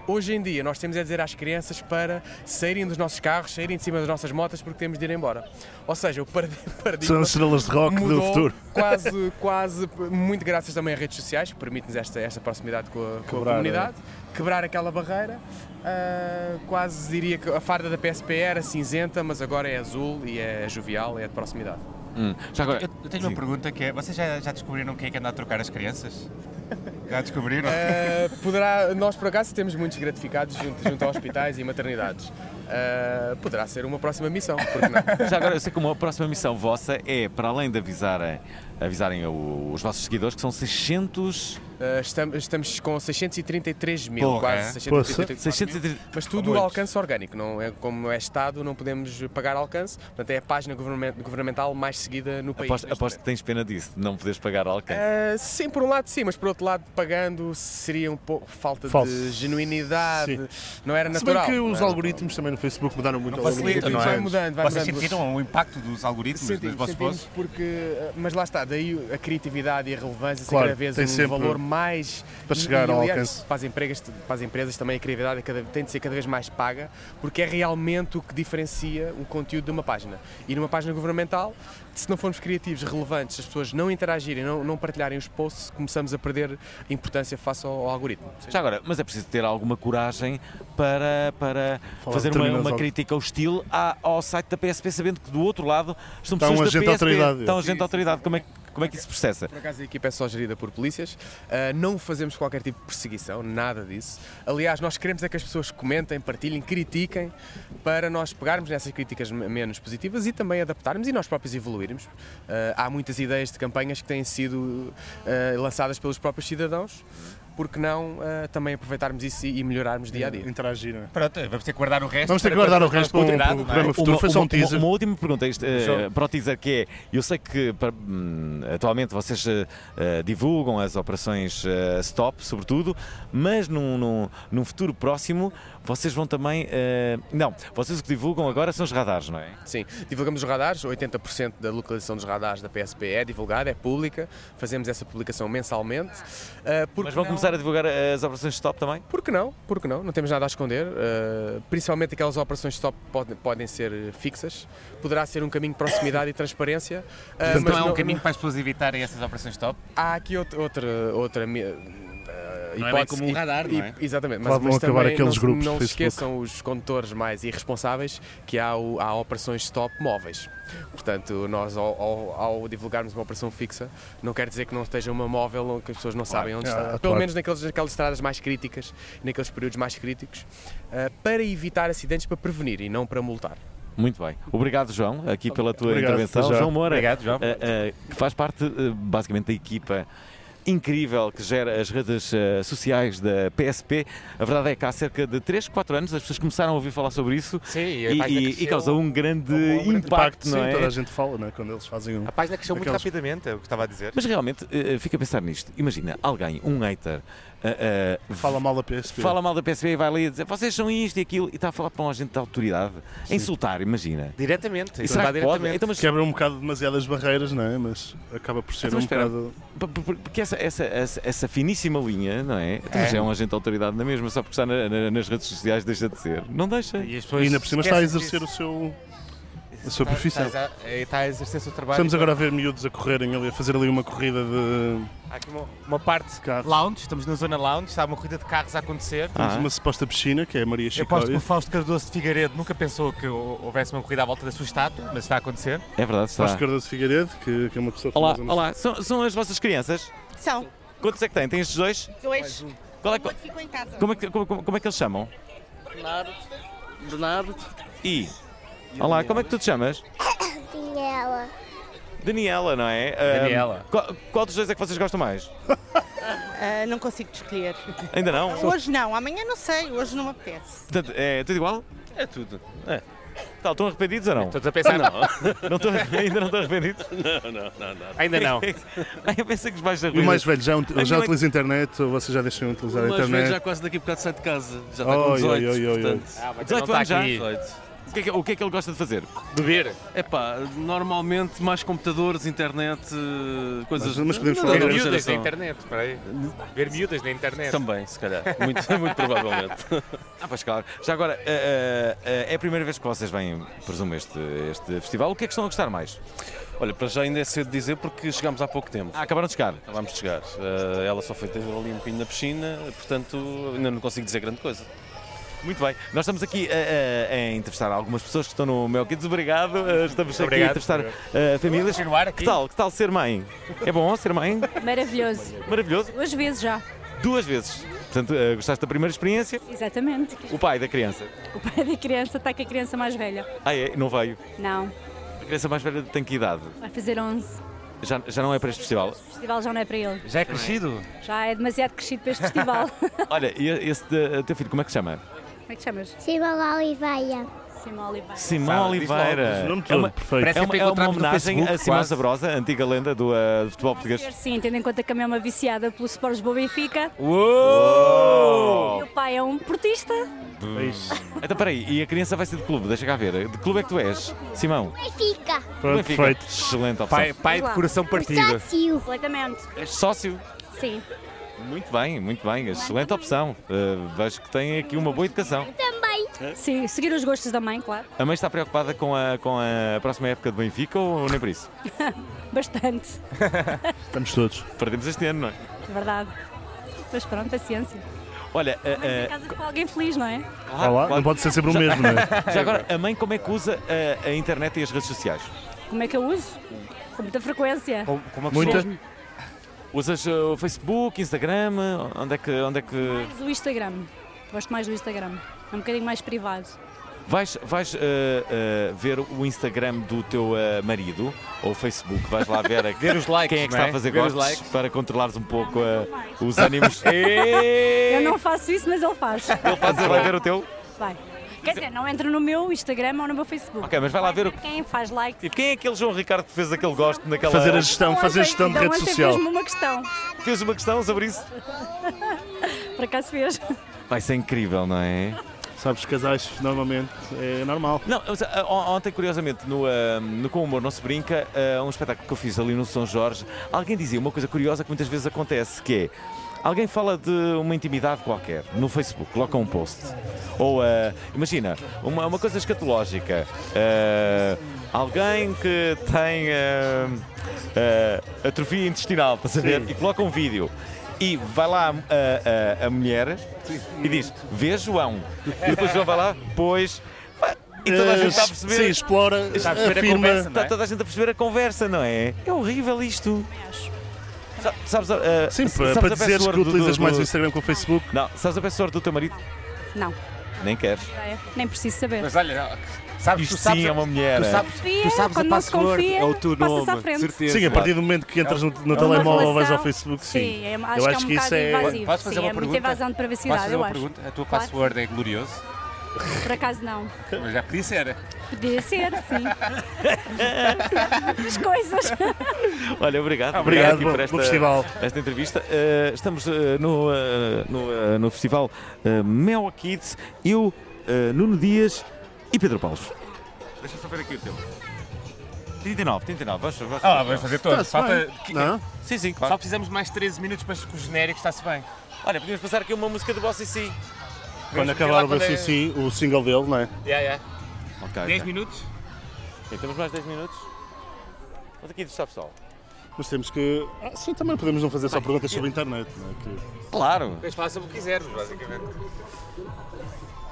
Speaker 14: Hoje em dia, nós temos é dizer às crianças para saírem dos nossos carros, saírem de cima das nossas motas, porque temos de ir embora. Ou seja, o paradi- paradigma.
Speaker 2: São as estrelas de rock do
Speaker 14: mudou
Speaker 2: futuro.
Speaker 14: Quase, quase, muito graças também a redes sociais, que permitem-nos esta, esta proximidade com a, com a
Speaker 2: Quebrar,
Speaker 14: comunidade, quebrar aquela barreira. Ah, quase diria que a farda da PSP era cinzenta, mas agora é azul e é jovial, é de proximidade.
Speaker 1: Eu,
Speaker 14: eu
Speaker 13: tenho uma pergunta que é: vocês já, já descobriram quem é que anda a trocar as crianças? Já descobriram?
Speaker 14: Ah, poderá, nós por acaso temos muitos gratificados junto, junto a hospitais e maternidades. Ah, poderá ser uma próxima missão, porque não?
Speaker 1: Já agora, eu sei que uma próxima missão vossa é, para além de avisarem, avisarem o- os vossos seguidores, que são 600.
Speaker 14: Ah, estamos, estamos com 633 mil,
Speaker 1: Porra, é?
Speaker 14: quase 633
Speaker 1: Poxa. 630.
Speaker 14: Mas tudo
Speaker 1: Muitos.
Speaker 14: alcance orgânico, não é, como é Estado, não podemos pagar alcance. Portanto, é a página governament- governamental mais seguida no país.
Speaker 1: Aposto, aposto que tens pena disso, de não poderes pagar é alguém.
Speaker 14: Ah, sim, por um lado sim, mas por outro lado, pagando seria um pouco falta
Speaker 1: Falso.
Speaker 14: de genuinidade,
Speaker 2: Sim.
Speaker 14: não era
Speaker 2: Se
Speaker 14: natural.
Speaker 2: bem que
Speaker 14: não
Speaker 2: os
Speaker 14: era
Speaker 2: algoritmos também no Facebook mudaram muito
Speaker 14: Não
Speaker 2: ao longo do
Speaker 14: facilita,
Speaker 2: tempo,
Speaker 14: vai
Speaker 2: é?
Speaker 14: mudando, vai
Speaker 13: Vocês
Speaker 14: mudando.
Speaker 13: sentiram o impacto dos
Speaker 2: né?
Speaker 13: algoritmos dos
Speaker 14: Sentimos,
Speaker 13: vossos
Speaker 14: sentimos
Speaker 13: posts?
Speaker 14: porque, eh, mas lá está, daí a criatividade e a relevância são
Speaker 2: Claro,
Speaker 14: cada vez
Speaker 2: tem
Speaker 14: um
Speaker 2: sempre
Speaker 14: valor mais
Speaker 2: para chegar ao
Speaker 14: aliás,
Speaker 2: alcance.
Speaker 14: Para as, empregas, para as empresas também a criatividade é cada- tem de ser cada vez mais paga, porque é realmente o que diferencia um conteúdo de uma página. E numa página governamental, se não formos criativos, relevantes, se as pessoas não interagirem, não, não partilharem os posts, começamos a perder importância face ao, ao algoritmo.
Speaker 1: Já agora, mas é preciso ter alguma coragem para, para
Speaker 14: Falar
Speaker 1: fazer
Speaker 14: de
Speaker 1: uma,
Speaker 14: determinados
Speaker 1: uma
Speaker 14: algo.
Speaker 1: crítica hostil à- ao site da PSP, sabendo que do outro lado estão
Speaker 14: Está um
Speaker 1: pessoas da
Speaker 14: agente
Speaker 1: PSP.
Speaker 14: de autoridade.
Speaker 1: Estão
Speaker 14: Sim,
Speaker 1: agente de
Speaker 14: sim,
Speaker 1: autoridade. Como é, que- como é que isso se processa?
Speaker 14: Por acaso a equipa é só gerida por polícias, ah, não fazemos qualquer tipo de perseguição, nada disso. Aliás, nós queremos é que as pessoas comentem, partilhem, critiquem, para nós pegarmos nessas críticas me- menos positivas e também adaptarmos e nós próprios evoluirmos. Ah, há muitas ideias de campanhas que têm sido ah, lançadas pelos próprios cidadãos, porque não ah, também aproveitarmos isso e e melhorarmos dia a dia.
Speaker 2: Interagir, né?
Speaker 13: Pronto, é, vamos ter que guardar o resto.
Speaker 2: Vamos ter
Speaker 13: para
Speaker 2: que guardar
Speaker 13: quando
Speaker 2: o resto
Speaker 13: for
Speaker 2: para um
Speaker 13: convidado, não é?
Speaker 2: programa futuro. Foi só um teaser.
Speaker 1: Uma última pergunta isto, eh,
Speaker 14: um.
Speaker 2: João.
Speaker 1: para o teaser que é, eu sei que para, hum, atualmente vocês eh, eh, divulgam as operações eh, stop, sobretudo, mas num, num, num futuro próximo vocês vão também. eh, não, vocês o que divulgam agora são os radares, não é?
Speaker 14: Sim, divulgamos os radares, 80% da localização dos radares da PSP é divulgada, é pública, fazemos essa publicação mensalmente. Ah, porque
Speaker 1: Mas vão
Speaker 14: não-
Speaker 1: começar a divulgar as operações stop também?
Speaker 14: Por que não? Por que não? Não temos nada a esconder. Uh, principalmente aquelas operações de stop podem, podem ser eh, fixas. Poderá ser um caminho de proximidade e transparência. uh,
Speaker 13: Portanto,
Speaker 14: mas
Speaker 13: não é um
Speaker 14: não-
Speaker 13: caminho para as pessoas evitarem essas operações stop?
Speaker 14: Há aqui out- outra. outra mi- eh,
Speaker 13: Não é bem
Speaker 14: hipótese-
Speaker 13: como um
Speaker 14: e-
Speaker 13: radar, não é?
Speaker 14: e- Exatamente, mas,
Speaker 2: Lá vão
Speaker 14: mas
Speaker 2: acabar
Speaker 14: também
Speaker 2: aqueles
Speaker 14: não,
Speaker 2: grupos
Speaker 14: não
Speaker 2: de
Speaker 14: se
Speaker 2: Facebook.
Speaker 14: esqueçam os condutores mais irresponsáveis que há, o- há operações stop móveis. Portanto, nós ao, ao- ao divulgarmos uma operação fixa, não quer dizer que não esteja uma móvel ou que as pessoas não sabem onde
Speaker 2: Ah,
Speaker 14: está.
Speaker 2: claro.
Speaker 14: Pelo menos naqueles, naquelas estradas mais críticas, naqueles períodos mais críticos, ah, para evitar acidentes, para prevenir e não para multar.
Speaker 1: Muito bem. Obrigado, João, aqui pela tua
Speaker 14: Obrigado,
Speaker 1: intervenção.
Speaker 14: até já.
Speaker 1: João Moura,
Speaker 13: Obrigado, João.
Speaker 1: eh, eh, que faz parte, eh, basicamente, da equipa incrível que gera as redes eh, sociais da PSP. A verdade é que há cerca de 3, 4 anos as pessoas começaram a ouvir falar sobre isso
Speaker 2: Sim,
Speaker 1: e,
Speaker 2: e a página
Speaker 1: e- e
Speaker 2: cresceu
Speaker 1: causou um grande, impacto, não é?
Speaker 2: Sim, toda a gente fala, né? Quando eles fazem um...
Speaker 1: A
Speaker 13: página cresceu muito
Speaker 2: aquelas-
Speaker 13: rapidamente, é o que estava a dizer.
Speaker 1: Mas realmente, eh, fica a pensar nisto. Imagina, alguém, um hater... eh, eh,
Speaker 2: Fala mal da PSP.
Speaker 1: Fala mal da PSP e vai ali a dizer vocês são isto e aquilo e está a falar para um agente de autoridade. A insultar, imagina.
Speaker 13: Diretamente.
Speaker 1: E será que pode? Então, mas-
Speaker 2: Quebra um bocado demasiadas barreiras, não é? Mas acaba por ser
Speaker 1: Então,
Speaker 2: um
Speaker 1: espera,
Speaker 2: bocado...
Speaker 1: p- p- p- Porque essa, essa, essa, essa finíssima linha, não é? Então, mas é. um agente de autoridade na mesma, só porque está na- na- nas redes sociais deixa de ser. Não deixa.
Speaker 13: E
Speaker 2: E ainda por cima está a exercer o seu... a
Speaker 13: Tá,
Speaker 2: sua profissão.
Speaker 13: Estás a, está é, tá a exercer o seu trabalho.
Speaker 2: Estamos agora a ver miúdos a correrem ali, a fazer ali uma corrida de.
Speaker 13: Há aqui uma, uma parte lounge, estamos na zona lounge, há uma corrida de carros a acontecer.
Speaker 2: Temos
Speaker 1: Ah,
Speaker 2: uma suposta piscina, que é a Maria
Speaker 13: Eu aposto que
Speaker 2: Chicória.
Speaker 13: o Fausto Cardoso de Figueiredo nunca pensou que hou- houvesse uma corrida à volta da sua estátua, mas está a acontecer.
Speaker 1: É verdade, está.
Speaker 2: Vasco Cardoso Figueiredo, que, que é uma pessoa
Speaker 1: Olá,
Speaker 2: famosa.
Speaker 1: olá. São, são as vossas crianças?
Speaker 15: São
Speaker 1: Quantos é que têm? Têm estes dois?
Speaker 15: dois.
Speaker 1: Qual é
Speaker 15: O
Speaker 1: que-
Speaker 15: outro um. ficou em casa.
Speaker 1: Como é que, como, como- como é que eles chamam?
Speaker 16: Bernardo. Bernardo.
Speaker 1: E? Olá, como é que tu te chamas?
Speaker 9: Daniela.
Speaker 1: Daniela, não é? Ahm,
Speaker 13: Daniela.
Speaker 1: qual, qual dos dois é que vocês gostam mais?
Speaker 15: Ah, não consigo te escolher.
Speaker 1: Ainda não?
Speaker 15: Hoje não, amanhã não sei, hoje não me apetece.
Speaker 1: Portanto, é tudo igual? É tudo. Tal, estão arrependidos ou não? Estou
Speaker 13: a pensar-
Speaker 1: não. não estou- ainda não estão arrependidos? Não, não, não.
Speaker 13: Ainda não.
Speaker 1: Ai, eu pensei que os mais
Speaker 2: E o
Speaker 1: arrependidos.
Speaker 2: mais velho já, ele
Speaker 13: é
Speaker 2: já
Speaker 1: Ai,
Speaker 2: utiliza a internet ou vocês já deixam de utilizar a
Speaker 16: Mas vejo
Speaker 2: internet?
Speaker 16: já quase daqui a bocado sai de casa. Já está com
Speaker 2: Oi,
Speaker 16: 18,
Speaker 2: oi, oi, oi, oi.
Speaker 16: portanto.
Speaker 2: Ah, mas
Speaker 1: 18 anos já?
Speaker 16: 18.
Speaker 1: tá O que, é que, o que é que ele gosta de fazer?
Speaker 13: Beber?
Speaker 16: É pá, normalmente mais computadores, internet, eh, coisas...
Speaker 2: Mas- mas podemos
Speaker 16: Não,
Speaker 2: falar
Speaker 16: não,
Speaker 2: da
Speaker 16: não,
Speaker 2: geração.
Speaker 13: Miúdas na internet, espera aí. Ver miúdas na internet.
Speaker 16: Também, se calhar. Muito, muito provavelmente.
Speaker 1: Ah, pois claro. Já agora, eh, eh, eh, é a primeira vez que vocês vêm, presumo, este, este festival. O que é que estão a gostar mais?
Speaker 16: Olha, para já ainda é cedo dizer porque chegámos há pouco tempo.
Speaker 1: Ah, acabaram de chegar.
Speaker 16: Acabámos de chegar. Eh, ela só foi ter ali um bocadinho na piscina, portanto ainda não consigo dizer grande coisa.
Speaker 1: Muito bem, nós estamos aqui eh, eh, a entrevistar algumas pessoas que estão no Mel Kids. Obrigado, eh, estamos aqui a
Speaker 13: Obrigado.
Speaker 1: entrevistar eh, famílias.
Speaker 13: aqui.
Speaker 1: Que tal? Que tal ser mãe? É bom ser mãe?
Speaker 17: Maravilhoso.
Speaker 1: Maravilhoso?
Speaker 17: Duas vezes já.
Speaker 1: Duas vezes. Portanto, eh, gostaste da primeira experiência?
Speaker 17: Exatamente.
Speaker 1: O pai da criança.
Speaker 17: O pai da criança está com a criança mais velha.
Speaker 1: Ah, é? Não veio.
Speaker 17: Não,
Speaker 1: A criança mais velha tem que idade?
Speaker 17: vai fazer 11.
Speaker 1: Já, já não é para este festival?
Speaker 17: O festival já não é para ele.
Speaker 1: Já é crescido?
Speaker 17: Já é demasiado crescido para este festival. Como
Speaker 1: Olha, e esse de- teu filho, como é que se chama?
Speaker 17: é que te chamas?
Speaker 9: Simão Oliveira.
Speaker 17: Simão Oliveira.
Speaker 1: Simão Oliveira. é uma,
Speaker 17: Parece
Speaker 1: é uma,
Speaker 17: sempre
Speaker 1: é uma
Speaker 17: encontramos no
Speaker 1: homenagem a
Speaker 17: Facebook,
Speaker 1: Simão
Speaker 17: quase.
Speaker 1: Sabrosa, antiga lenda do, eh, do futebol
Speaker 17: Ser,
Speaker 1: português.
Speaker 17: Sim, tendo em conta que a minha é uma viciada pelo Sport Lisboa e Benfica.
Speaker 1: Uou!
Speaker 17: E o pai é um portista.
Speaker 1: Então, peraí, e a criança vai ser de clube, deixa cá ver. De clube é que tu és? Simão?
Speaker 9: Benfica.
Speaker 1: Como é que fica? Excelente opção.
Speaker 13: Pai- pai de coração partido.
Speaker 9: Sócio.
Speaker 17: Completamente.
Speaker 1: És sócio?
Speaker 17: Sim.
Speaker 1: Muito bem, muito bem. Excelente opção. Eh, vejo que tem aqui uma boa educação.
Speaker 17: Também. Sim, seguir os gostos da mãe, claro.
Speaker 1: A mãe está preocupada com a, com a próxima época de Benfica ou nem por isso?
Speaker 17: Bastante,
Speaker 1: Estamos todos. Perdemos este ano, não é?
Speaker 17: é verdade. Mas pronto, paciência.
Speaker 1: Olha, eh, eh,
Speaker 17: Em casa ficou alguém feliz, não é?
Speaker 1: claro,
Speaker 2: Olá,
Speaker 1: claro.
Speaker 2: não pode ser sempre o
Speaker 1: Já-
Speaker 2: mesmo, não é?
Speaker 1: Já agora, a mãe como é que usa eh, a, internet e as redes sociais?
Speaker 17: Como é que eu uso? Com muita frequência.
Speaker 1: como é
Speaker 17: Muita.
Speaker 1: Usas eh, o Facebook, Instagram? eh, Onde é que. Onde é que...
Speaker 17: Do Instagram. Gosto mais do Instagram. É um bocadinho mais privado.
Speaker 1: Vais, vais eh, eh, ver o Instagram do teu eh, marido ou o Facebook? Vais lá ver, a-
Speaker 13: Ver os likes,
Speaker 1: quem é que
Speaker 13: não
Speaker 1: está
Speaker 13: é?
Speaker 1: a fazer
Speaker 13: Ver os
Speaker 1: gostos
Speaker 13: likes.
Speaker 1: para controlares um pouco eh, os ânimos.
Speaker 17: Eu
Speaker 1: Ele
Speaker 17: não faço isso, mas ele faz.
Speaker 1: É. faz, vai ver o teu?
Speaker 17: Vai. Quer dizer, não entro no meu Instagram ou no meu Facebook.
Speaker 1: Ok, mas vai lá ver o.
Speaker 17: Quem faz like.
Speaker 1: Tipo, quem é aquele João Ricardo que fez aquele gosto naquela.
Speaker 2: Fazer a gestão,
Speaker 17: Então,
Speaker 2: fazer a
Speaker 17: ontem-
Speaker 2: gestão de
Speaker 17: então,
Speaker 2: rede
Speaker 17: ontem
Speaker 2: social.
Speaker 17: fez-me uma questão.
Speaker 1: Fez uma questão sobre isso?
Speaker 17: Por acaso fez.
Speaker 1: Vai ser incrível, não é?
Speaker 2: Sabes, casais normalmente é normal.
Speaker 1: Não, mas, ah, on- ontem, curiosamente, no, ah, no Com o Humor Não Se Brinca, ah, um espetáculo que eu fiz ali no São Jorge, alguém dizia uma coisa curiosa que muitas vezes acontece, que é alguém fala de uma intimidade qualquer no Facebook, coloca um post. Ou, ah, imagina, uma, uma coisa escatológica. ah, alguém que tem ah, ah, atrofia intestinal, estás a ver? E coloca um vídeo. E vai lá a, a- a mulher e diz, vê João. E depois João vai lá, pois... E toda a gente está a perceber.
Speaker 2: Sim, explora,
Speaker 1: Está a perceber a
Speaker 2: afirma.
Speaker 1: conversa, não é? Está toda a gente a perceber a conversa, não é? É horrível isto. Sa- Sabes, ah,
Speaker 2: Sim,
Speaker 1: sa-
Speaker 2: para-
Speaker 1: sabes
Speaker 2: para
Speaker 1: a
Speaker 2: dizeres
Speaker 1: password
Speaker 2: que
Speaker 1: do-
Speaker 2: utilizas
Speaker 1: do-
Speaker 2: mais
Speaker 1: do-
Speaker 2: o Instagram que o Facebook.
Speaker 1: Não, sabes a password do teu marido?
Speaker 17: Não,
Speaker 1: Nem queres.
Speaker 17: já é. nem preciso saber.
Speaker 1: Mas
Speaker 13: olha, sabes,
Speaker 1: Isto sim é uma mulher.
Speaker 13: tu
Speaker 1: é?
Speaker 13: sabes-
Speaker 17: Confia, quando não se confia, passa-se à frente.
Speaker 2: Sim, a partir do momento que entras no, no
Speaker 17: É uma
Speaker 2: telemóvel
Speaker 17: relação-
Speaker 2: ou vais ao Facebook, sim.
Speaker 17: Sim, é- acho que é um bocado invasivo.
Speaker 13: Posso fazer uma
Speaker 17: Sim, é muita
Speaker 13: pergunta?
Speaker 17: invasão de privacidade,
Speaker 13: Posso fazer
Speaker 17: eu
Speaker 13: uma
Speaker 17: acho.
Speaker 13: pergunta? A tua
Speaker 17: Claro.
Speaker 13: password é glorioso?
Speaker 17: Por acaso não.
Speaker 13: Mas já podia ser.
Speaker 17: Podia ser, sim. As coisas.
Speaker 1: Olha, obrigado.
Speaker 2: Obrigado,
Speaker 1: aqui
Speaker 2: bom-
Speaker 1: por esta,
Speaker 2: bom festival.
Speaker 1: esta entrevista. Eh, estamos eh, no, eh, no, eh, no festival eh, Mel Kids, eu, eh, Nuno Dias e Pedro Paulos. Deixa-me só ver aqui o tempo. 39, 39, vamos, vamos,
Speaker 13: Ah, vamos fazer todos. Falta...
Speaker 1: Sim, sim, claro.
Speaker 13: Só precisamos de mais 13 minutos para que o genérico está-se bem.
Speaker 1: Olha, podíamos passar aqui uma música do Boss e Si.
Speaker 2: Quando acabar o BCC, o single dele, não é?
Speaker 13: Yeah, yeah.
Speaker 1: Ok,
Speaker 13: 10 minutos?
Speaker 1: Ok, temos mais 10 minutos. Mas aqui está pessoal.
Speaker 2: Mas temos que. Ah, sim, também podemos não fazer só perguntas sobre a internet, não é? Que-
Speaker 1: Claro!
Speaker 13: Mas faça o que quiseres, basicamente.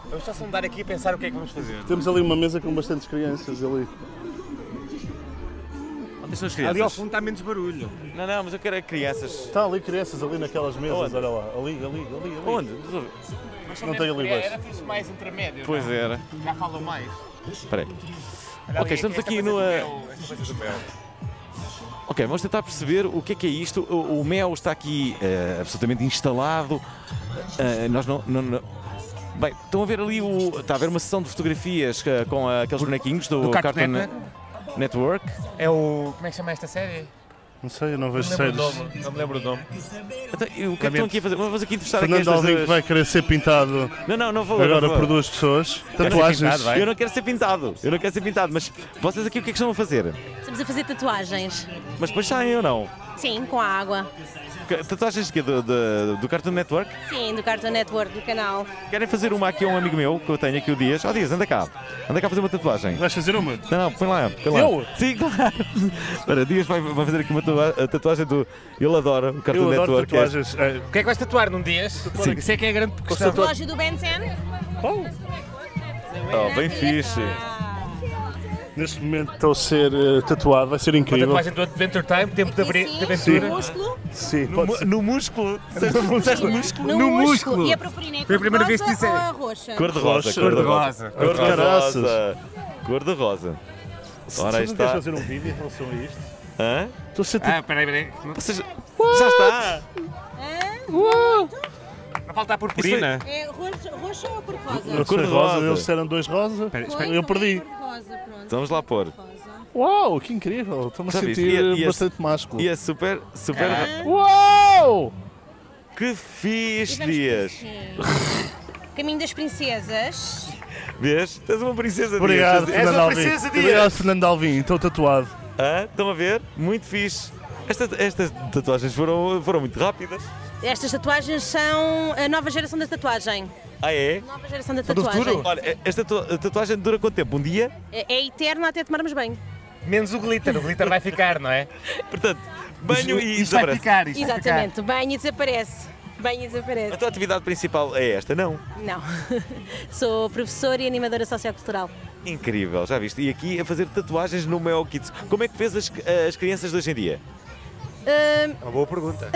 Speaker 13: Vamos só sondar aqui e pensar o que é que vamos fazer.
Speaker 2: Temos ali uma mesa com bastantes crianças ali.
Speaker 1: Onde estão as
Speaker 2: Ali ao
Speaker 1: fundo está menos barulho. Não, não, mas eu quero é crianças.
Speaker 2: Está Tá ali crianças ali naquelas mesas,
Speaker 1: Onde?
Speaker 2: olha lá. Ali, ali, ali, ali.
Speaker 1: Onde?
Speaker 2: Não tem ali
Speaker 14: Era
Speaker 2: baixo.
Speaker 14: fixe mais intermédio.
Speaker 1: Pois
Speaker 13: é?
Speaker 14: não?
Speaker 1: era.
Speaker 14: Já falam mais.
Speaker 1: Espera aí.
Speaker 14: Olha
Speaker 1: Ok,
Speaker 14: ali,
Speaker 1: estamos
Speaker 14: esta
Speaker 1: aqui
Speaker 14: coisa
Speaker 1: no.
Speaker 14: do
Speaker 1: eh,
Speaker 14: mel, esta coisa do mel.
Speaker 1: Ok, vamos tentar perceber o que é que é isto. O, o mel está aqui eh, absolutamente instalado. Eh, nós não, não- não- Bem, estão a ver ali o. Está a ver uma sessão de fotografias eh, com eh, aqueles bonequinhos do,
Speaker 14: do Cartoon
Speaker 1: Network. É o.
Speaker 14: Como é que chama esta série?
Speaker 2: Não sei, eu não
Speaker 14: Não
Speaker 2: vejo
Speaker 14: me lembro
Speaker 2: séries.
Speaker 14: o nome, não me lembro o nome.
Speaker 1: Então, e o que é que estão aqui a fazer? Vamos aqui entrevistar aqui
Speaker 2: Fernando
Speaker 1: estas
Speaker 2: Alvim é que
Speaker 1: duas-
Speaker 2: vai querer ser pintado
Speaker 1: Não, não, não vou.
Speaker 2: agora
Speaker 1: não vou.
Speaker 2: por duas pessoas.
Speaker 1: Quero ser
Speaker 2: Tatuagens.
Speaker 1: pintado, vai. Então eu não quero ser pintado, eu não quero ser pintado, mas vocês aqui o que é que estão a fazer?
Speaker 18: Estamos a fazer tatuagens.
Speaker 1: Mas depois saem ou não?
Speaker 18: Sim, com a água.
Speaker 1: Que- Tatuagens de quê? Do, do, do Cartoon Network?
Speaker 18: Sim, do Cartoon Network, do canal.
Speaker 1: Querem fazer uma aqui a um amigo meu que eu tenho aqui o Dias? Ó Dias, anda cá. Anda cá fazer uma tatuagem.
Speaker 2: Vais fazer uma?
Speaker 1: Não, não, põe lá. Põe lá.
Speaker 2: Eu?
Speaker 1: Sim, claro. Espera, o Dias vai, vai fazer aqui uma tatua- a tatuagem do. Ele adora o Cartoon
Speaker 2: Eu adoro
Speaker 1: Network.
Speaker 2: tatuagens. É.
Speaker 13: O que é que vais tatuar num dia?
Speaker 1: Sim.
Speaker 13: Isso é que é a grande questão.
Speaker 18: Tatuagem do Ben 10.
Speaker 1: Oh, bem fixe.
Speaker 2: Neste momento estou a ser eh, tatuado, vai ser
Speaker 13: Uma
Speaker 2: incrível.
Speaker 13: tatuagem do Adventure Time, tempo de, abri-
Speaker 18: É
Speaker 13: de
Speaker 2: Sim.
Speaker 18: um
Speaker 13: aventura.
Speaker 2: Sim,
Speaker 13: No
Speaker 2: pode
Speaker 13: mu-
Speaker 2: ser.
Speaker 1: No um músculo.
Speaker 13: Disseste
Speaker 18: No, músculo. E a purpurina é
Speaker 13: Foi a primeira vez que
Speaker 18: cor-de-rosa
Speaker 13: disse-
Speaker 18: ou a roxa?
Speaker 1: Cor de rosa,
Speaker 2: Roxa.
Speaker 1: cor de rosa.
Speaker 2: Cor de caraças.
Speaker 1: Cor de rosa. Ora aí
Speaker 2: Se tu não queres
Speaker 1: está.
Speaker 2: fazer um vídeo em relação a isto?
Speaker 1: Hã?
Speaker 2: Estou a ser
Speaker 13: Ah, peraí, peraí.
Speaker 1: Vocês... Já está! Ah,
Speaker 13: Não falta a purpurina.
Speaker 18: É roxa, roxa ou cor-de-rosa?
Speaker 2: Eu
Speaker 1: cor de
Speaker 2: sei rosa,
Speaker 1: rosa.
Speaker 2: eles disseram dois rosas.
Speaker 18: espera.
Speaker 2: Eu perdi.
Speaker 18: Cor-de-rosa, pronto.
Speaker 1: Então Vamos lá pôr.
Speaker 2: Uau, que incrível! Estou-me a
Speaker 1: Já viste?
Speaker 2: sentir
Speaker 1: E é- e é-
Speaker 2: bastante másculo.
Speaker 1: E é super, super.
Speaker 18: Ah.
Speaker 2: Uau!
Speaker 1: Que
Speaker 18: E
Speaker 1: fixe,
Speaker 18: vamos
Speaker 1: Dias!
Speaker 18: Caminho das Princesas.
Speaker 1: Vês? Tens uma princesa
Speaker 2: Obrigado,
Speaker 1: Dias. És
Speaker 2: Fernando
Speaker 1: uma
Speaker 2: Alvim.
Speaker 1: princesa
Speaker 2: Obrigado,
Speaker 1: Dias!
Speaker 2: Fernando Alvim. Estou tatuado.
Speaker 1: Hã? Estão a ver? Muito fixe. Estas, estas tatuagens foram, foram muito rápidas.
Speaker 18: Estas tatuagens são a nova geração da tatuagem.
Speaker 1: Ah, é?
Speaker 18: Nova geração da tatuagem.
Speaker 1: Olha, esta tatua- tatuagem dura quanto tempo? Um dia?
Speaker 18: É, é eterno até tomarmos banho.
Speaker 13: Menos o glitter, o glitter vai ficar, não é?
Speaker 1: Portanto, banho e
Speaker 13: isto vai
Speaker 1: desaparece.
Speaker 13: ficar, isto vai ficar.
Speaker 18: Exatamente. Banho e desaparece. Banho e
Speaker 1: A
Speaker 18: desaparece.
Speaker 1: tua atividade principal é esta, não?
Speaker 18: Não. Sou professora e animadora sociocultural.
Speaker 1: Incrível, já viste? E aqui a fazer tatuagens no Mel Kids. Como é que fez as, as crianças de hoje em dia?
Speaker 18: Hum,
Speaker 13: Uma boa pergunta.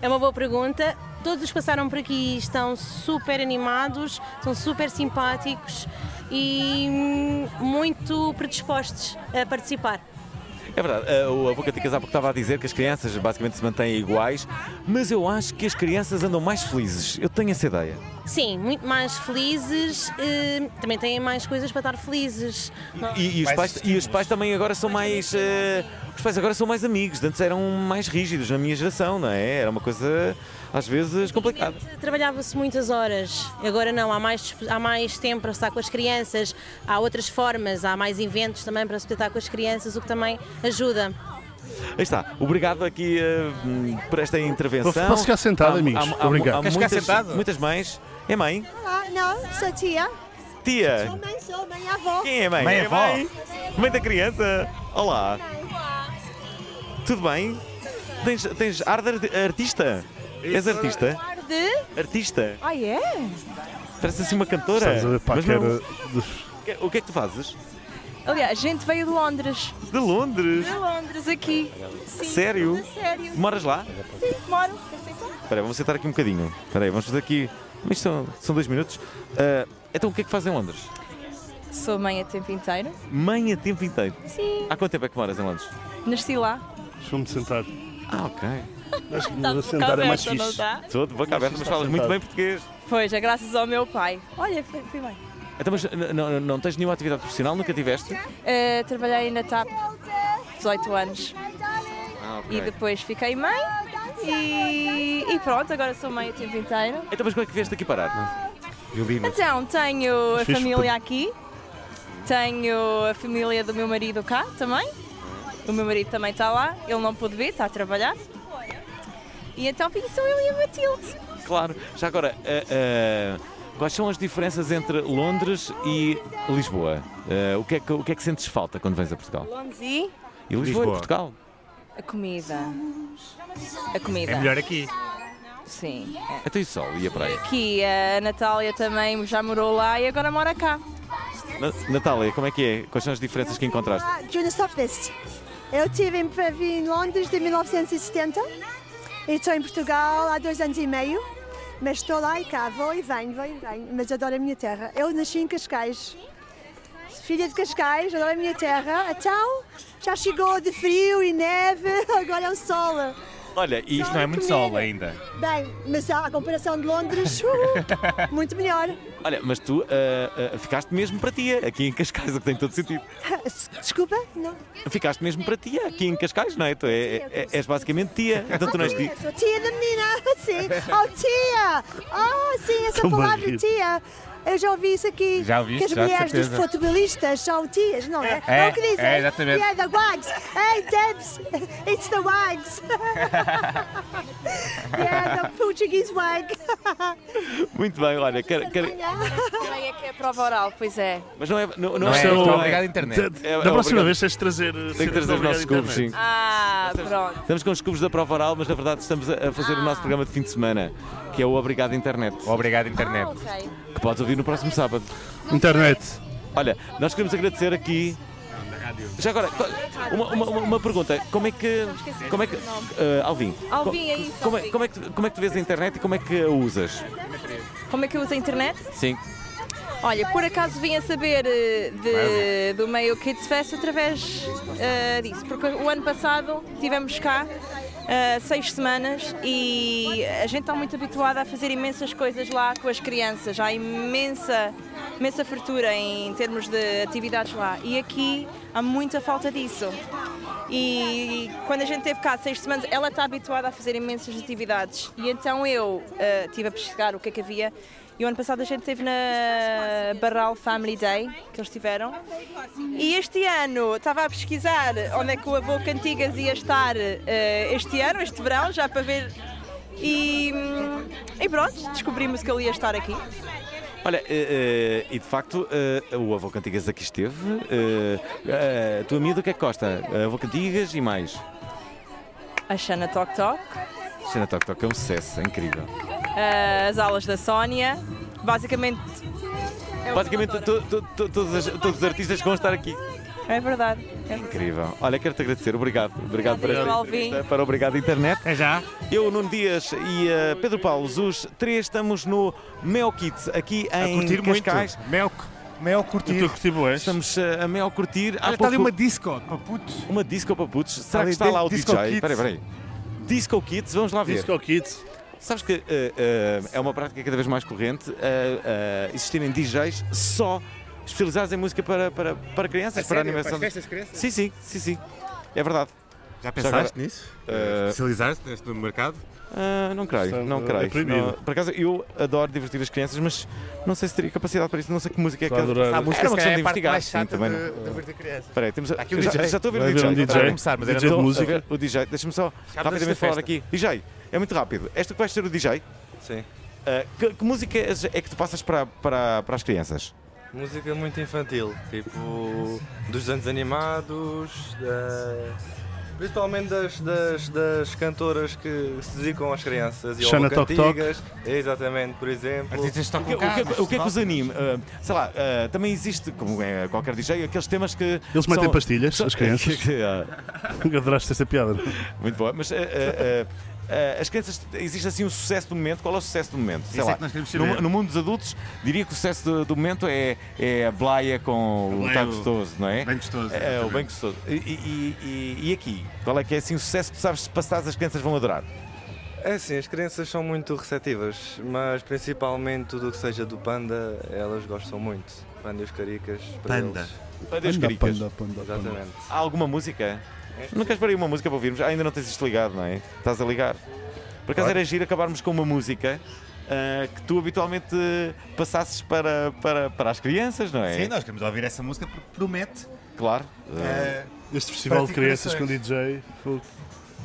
Speaker 18: é uma boa pergunta. Todos os que passaram por aqui estão super animados, são super simpáticos e hum, muito predispostos a participar.
Speaker 1: É verdade, eh, o Avocaticas há pouco estava a dizer que as crianças basicamente se mantêm iguais, mas eu acho que as crianças andam mais felizes. Eu tenho essa ideia.
Speaker 18: Sim, muito mais felizes, hum, também têm mais coisas para estar felizes. não-
Speaker 1: E, e os, pais, e os pais também agora são mais. eh, os pais agora são mais amigos. Antes eram mais rígidos na minha geração, não é? Era uma coisa às vezes complicada.
Speaker 18: Trabalhava-se muitas horas, agora não, há mais, disp- há mais tempo para estar com as crianças, há outras formas, há mais eventos também para se estar com as crianças, o que também ajuda.
Speaker 1: Aí está. Obrigado aqui eh, hum, por esta intervenção.
Speaker 2: Posso ficar sentado,
Speaker 1: Há-
Speaker 2: amigos?
Speaker 1: há- há-
Speaker 2: Obrigado.
Speaker 1: há
Speaker 2: Queres ficar
Speaker 1: muitas,
Speaker 2: sentado?
Speaker 1: Muitas mães. É mãe?
Speaker 19: Olá, não, sou tia.
Speaker 1: Tia?
Speaker 19: Sou mãe, sou mãe e avó.
Speaker 1: Quem é mãe?
Speaker 13: Mãe,
Speaker 1: é
Speaker 13: avó.
Speaker 1: mãe? Mãe da criança? Olá. Tudo bem? Tens, tens ar de arti- artista? És artista?
Speaker 19: De?
Speaker 1: Artista?
Speaker 19: Ah, é?
Speaker 1: Parece assim uma cantora.
Speaker 2: Estás a ver, pá,
Speaker 1: Mas
Speaker 2: que
Speaker 1: não-
Speaker 2: era-
Speaker 1: Que- O que é que tu fazes?
Speaker 19: Aliás, a gente veio de Londres.
Speaker 1: De Londres?
Speaker 19: De Londres, aqui. Sim,
Speaker 1: Sério?
Speaker 19: de Sério.
Speaker 1: Moras lá?
Speaker 19: Sim, moro.
Speaker 1: Espera aí, vamos sentar aqui um bocadinho. Espera aí, vamos fazer aqui. Mas são, são dois minutos. Ah, então o que é que fazes em Londres?
Speaker 20: Sou mãe a tempo inteiro.
Speaker 1: Mãe a tempo inteiro.
Speaker 20: Sim.
Speaker 1: Há quanto tempo é que moras em Londres?
Speaker 20: Nasci lá.
Speaker 2: Deixa-me sentar.
Speaker 1: Ah, ok.
Speaker 2: Acho que
Speaker 20: Tá de
Speaker 2: me
Speaker 20: boca
Speaker 2: sentar é mais
Speaker 20: aberta, não
Speaker 2: fixe.
Speaker 20: tá?
Speaker 1: Estou de boca aberta, mas falas muito bem português.
Speaker 20: Pois, é graças ao meu pai. Olha, fui, fui bem.
Speaker 1: Então, mas n- n- não tens nenhuma atividade profissional? Nunca tiveste?
Speaker 20: Eh, trabalhei na TAP 18 anos.
Speaker 1: Ah,
Speaker 20: E depois fiquei mãe. E, e pronto, agora sou mãe a tempo inteiro.
Speaker 1: Então, mas como é que vieste aqui parar? Violino.
Speaker 20: Então, tenho a
Speaker 1: Fiz
Speaker 20: família
Speaker 1: por-
Speaker 20: aqui. Tenho a família do meu marido cá também. O meu marido também está lá. Ele não pôde vir, está a trabalhar. E então, sou eu e a Matilde.
Speaker 1: Claro. Já agora, ah, ah, eh, Quais são as diferenças entre Londres e Lisboa? Eh, o, que é que, o que é que sentes falta quando vens a Portugal?
Speaker 20: Londres e
Speaker 1: E Lisboa,
Speaker 20: Lisboa.
Speaker 1: e Portugal?
Speaker 20: a comida. A comida.
Speaker 1: É melhor aqui.
Speaker 20: Sim. é.
Speaker 1: Até o sol Então, e a praia.
Speaker 20: Aqui a Natália também já morou lá e agora mora cá.
Speaker 1: Na- Natália, como é que é? Quais são as diferenças que encontraste?
Speaker 21: Ah, Junior Sophists. Eu tive em vivi em Londres de 1970 e estou em Portugal há dois anos e meio. Mas estou lá e cá, vou e venho, vou e venho. Mas adoro a minha terra. Eu nasci em Cascais. Filha de Cascais, adoro a minha terra. Então, já chegou de frio e neve, agora é o sol.
Speaker 1: Olha,
Speaker 21: e
Speaker 13: isto não é muito sol ainda.
Speaker 21: Bem, mas à comparação de Londres, uh, muito melhor.
Speaker 1: Olha, mas tu ah, ah, ficaste mesmo para ti aqui em Cascais, o que tem todo sentido.
Speaker 21: Desculpa, não.
Speaker 1: Ficaste mesmo para ti aqui em Cascais, não é? Tu é, é- és basicamente tia. Então tu não és tia.
Speaker 21: Sou tia da menina, sim. Oh, tia! Oh, sim, essa
Speaker 1: Tão
Speaker 21: palavra
Speaker 1: barrido.
Speaker 21: tia. Eu já ouvi isso aqui.
Speaker 13: Já ouviste,
Speaker 21: Que as
Speaker 13: já, de
Speaker 21: mulheres dos
Speaker 13: certeza.
Speaker 21: futebolistas são tias, não é?
Speaker 13: É,
Speaker 21: é o que dizem.
Speaker 13: é, exatamente.
Speaker 21: Yeah, the wags. Hey, Debs, it's the wags. yeah, the Portuguese wag.
Speaker 1: Muito bem, olha, quero- quero-
Speaker 20: Também é que é prova oral, pois é.
Speaker 1: mas não é. Não,
Speaker 2: Não, isto é
Speaker 1: não
Speaker 2: o- Da- da
Speaker 1: É,
Speaker 2: próxima vez tens de trazer, eh,
Speaker 1: Tem que trazer os
Speaker 2: obrigado,
Speaker 1: nossos cubos, sim.
Speaker 2: internet.
Speaker 20: Ah, pronto.
Speaker 1: Estamos com os cubos da prova oral, mas na verdade estamos a a fazer o nosso programa de fim de semana, que é o Obrigado Internet.
Speaker 13: Obrigado Internet.
Speaker 1: Que podes ouvir no próximo sábado.
Speaker 2: Internet.
Speaker 1: Olha, nós queremos agradecer aqui. Já agora, co- uma, uma- uma- uma pergunta. Como é que. Como é que ah, Alvin.
Speaker 20: Alvin, é isso,
Speaker 1: Como é,
Speaker 20: Alvin.
Speaker 1: como, é que, como é que tu vês a internet e como é que a usas?
Speaker 20: Como é que eu uso a internet?
Speaker 1: Sim.
Speaker 20: Olha, por acaso vim a saber eh, de- do meio Kids Fest através eh, disso, porque o ano passado tivemos cá eh, seis semanas e a gente está muito habituada a fazer imensas coisas lá com as crianças, há imensa, imensa fartura em termos de atividades lá e aqui há muita falta disso. E quando a gente teve cá seis semanas, ela está habituada a fazer imensas atividades. E então eu eh, tive a pesquisar o que é que havia. E o ano passado a gente teve na Barral Family Day, que eles tiveram. E este ano estava a pesquisar onde é que o avô Cantigas ia estar eh, este ano, este verão, já para ver. E, hum, e pronto, descobrimos que ele ia estar aqui.
Speaker 1: Olha, eh, eh, e de facto, eh, o Avô Cantigas aqui esteve. eh, a tua miúda, o que é que gosta? Avô Cantigas e mais.
Speaker 20: A Xana Tok Tok,
Speaker 1: Xana Toc Toc é um sucesso, é incrível.
Speaker 20: eh, as aulas da Sónia, basicamente. é o-
Speaker 1: Basicamente, to- to- to- todos, as- todos os artistas que vão estar aqui.
Speaker 20: É verdade. É verdade.
Speaker 1: Incrível. Olha, quero te agradecer. Obrigado. Obrigado por esta
Speaker 20: Obrigado,
Speaker 1: entrevista,
Speaker 20: Alvin.
Speaker 1: para Obrigado Internet. É já. Eu, Nuno Dias e eh, Pedro Paulo, os três estamos no Mel Kids, aqui em
Speaker 3: curtir muito.
Speaker 1: Cascais.
Speaker 3: Mel, mel curtir.
Speaker 1: Estamos eh, a Mel curtir. Há
Speaker 3: Olha, está ali
Speaker 1: pouco-
Speaker 3: uma disco para putos. Tá
Speaker 1: Uma disco para putos. Será
Speaker 3: ali
Speaker 1: que está lá o
Speaker 3: dentro- Disco
Speaker 1: DJ?
Speaker 3: Kids.
Speaker 1: Espera aí, espera aí. Disco Kids, vamos lá ver.
Speaker 2: Disco
Speaker 1: Kids. Sabes que eh, eh, é uma prática cada vez mais corrente eh, eh, existirem DJs só especializados em música para, para, para crianças,
Speaker 13: A
Speaker 1: para
Speaker 13: sério?
Speaker 1: animação.
Speaker 13: Para as festas de crianças?
Speaker 1: Sim, sim, sim, sim. É verdade.
Speaker 13: Já
Speaker 1: agora-
Speaker 13: pensaste nisso?
Speaker 1: Eh,
Speaker 13: Especializaste neste mercado?
Speaker 1: ah, não creio,
Speaker 13: Portanto,
Speaker 1: não
Speaker 13: é
Speaker 1: creio.
Speaker 13: proibido.
Speaker 1: Não, por acaso, eu adoro divertir as crianças, mas não sei se teria capacidade para isso, não sei que música é
Speaker 13: Só
Speaker 1: que
Speaker 13: adorar.
Speaker 1: Há música, é uma
Speaker 13: Essa
Speaker 1: questão
Speaker 13: é
Speaker 1: de
Speaker 13: a parte
Speaker 1: investigar.
Speaker 13: mais
Speaker 1: Sim,
Speaker 13: chata
Speaker 1: também.
Speaker 13: de-
Speaker 1: não.
Speaker 13: de divertir crianças.
Speaker 1: Espera aí, temos a,
Speaker 13: Está aqui o
Speaker 1: já,
Speaker 13: DJ.
Speaker 1: já estou a ver o
Speaker 13: Vai
Speaker 1: DJ.
Speaker 13: haver um
Speaker 1: Estou a ver.
Speaker 13: DJ. Começar, mas era
Speaker 1: Estou
Speaker 13: de
Speaker 1: a
Speaker 13: música.
Speaker 1: ver O DJ, deixa-me só
Speaker 13: desta
Speaker 1: rapidamente falar
Speaker 13: festa.
Speaker 1: aqui. DJ, é muito rápido. És tu que vais ser o DJ?
Speaker 10: Sim.
Speaker 1: Ah, que, que música é que tu passas para, para, para as crianças?
Speaker 10: Música muito infantil, tipo dos anos animados, da- principalmente das, das, das cantoras que se dedicam às crianças e
Speaker 2: Xana
Speaker 10: ao
Speaker 2: Toc Toc.
Speaker 10: cantigas. Exatamente, por exemplo.
Speaker 1: o que, o que- o que é que os anime? Ah, sei lá, ah, também existe, como é qualquer DJ, aqueles temas que.
Speaker 2: Eles metem
Speaker 1: são-
Speaker 2: pastilhas,
Speaker 1: são-
Speaker 2: as crianças. Adoraste esta piada.
Speaker 1: Muito boa, mas eh, eh, eh, eh, as crianças, existe assim um sucesso do momento, qual é o sucesso do momento?
Speaker 2: Isso é que nós queremos
Speaker 1: no,
Speaker 2: saber.
Speaker 1: no mundo dos adultos, diria que o sucesso do, do momento é, é a blaia com
Speaker 2: A
Speaker 1: o
Speaker 2: blaia,
Speaker 1: tá
Speaker 2: o-
Speaker 1: gostoso, não é?
Speaker 2: bem gostoso,
Speaker 1: É, o
Speaker 2: exatamente.
Speaker 1: bem gostoso. E, e- e- e aqui, qual é que é assim o sucesso que tu sabes se passares as crianças vão adorar?
Speaker 10: É assim, as crianças são muito receptivas, mas principalmente tudo o que seja do panda, elas gostam muito. Panda e os caricas. para
Speaker 1: Panda.
Speaker 10: eles.
Speaker 1: Panda e os Panda, caricas. panda,
Speaker 10: Exatamente.
Speaker 1: Há alguma música? Não queres parar uma música para ouvirmos? Ah, ainda não tens isto ligado, não é? Estás a ligar. Por acaso
Speaker 10: Claro.
Speaker 1: era giro acabarmos com uma música ah, que tu habitualmente eh, passasses para, para, para as crianças, não é?
Speaker 13: Sim, nós queremos ouvir essa música porque promete.
Speaker 1: Claro.
Speaker 13: Eh,
Speaker 2: Este É. festival de crianças com
Speaker 13: Praticações.
Speaker 2: DJ. fogo.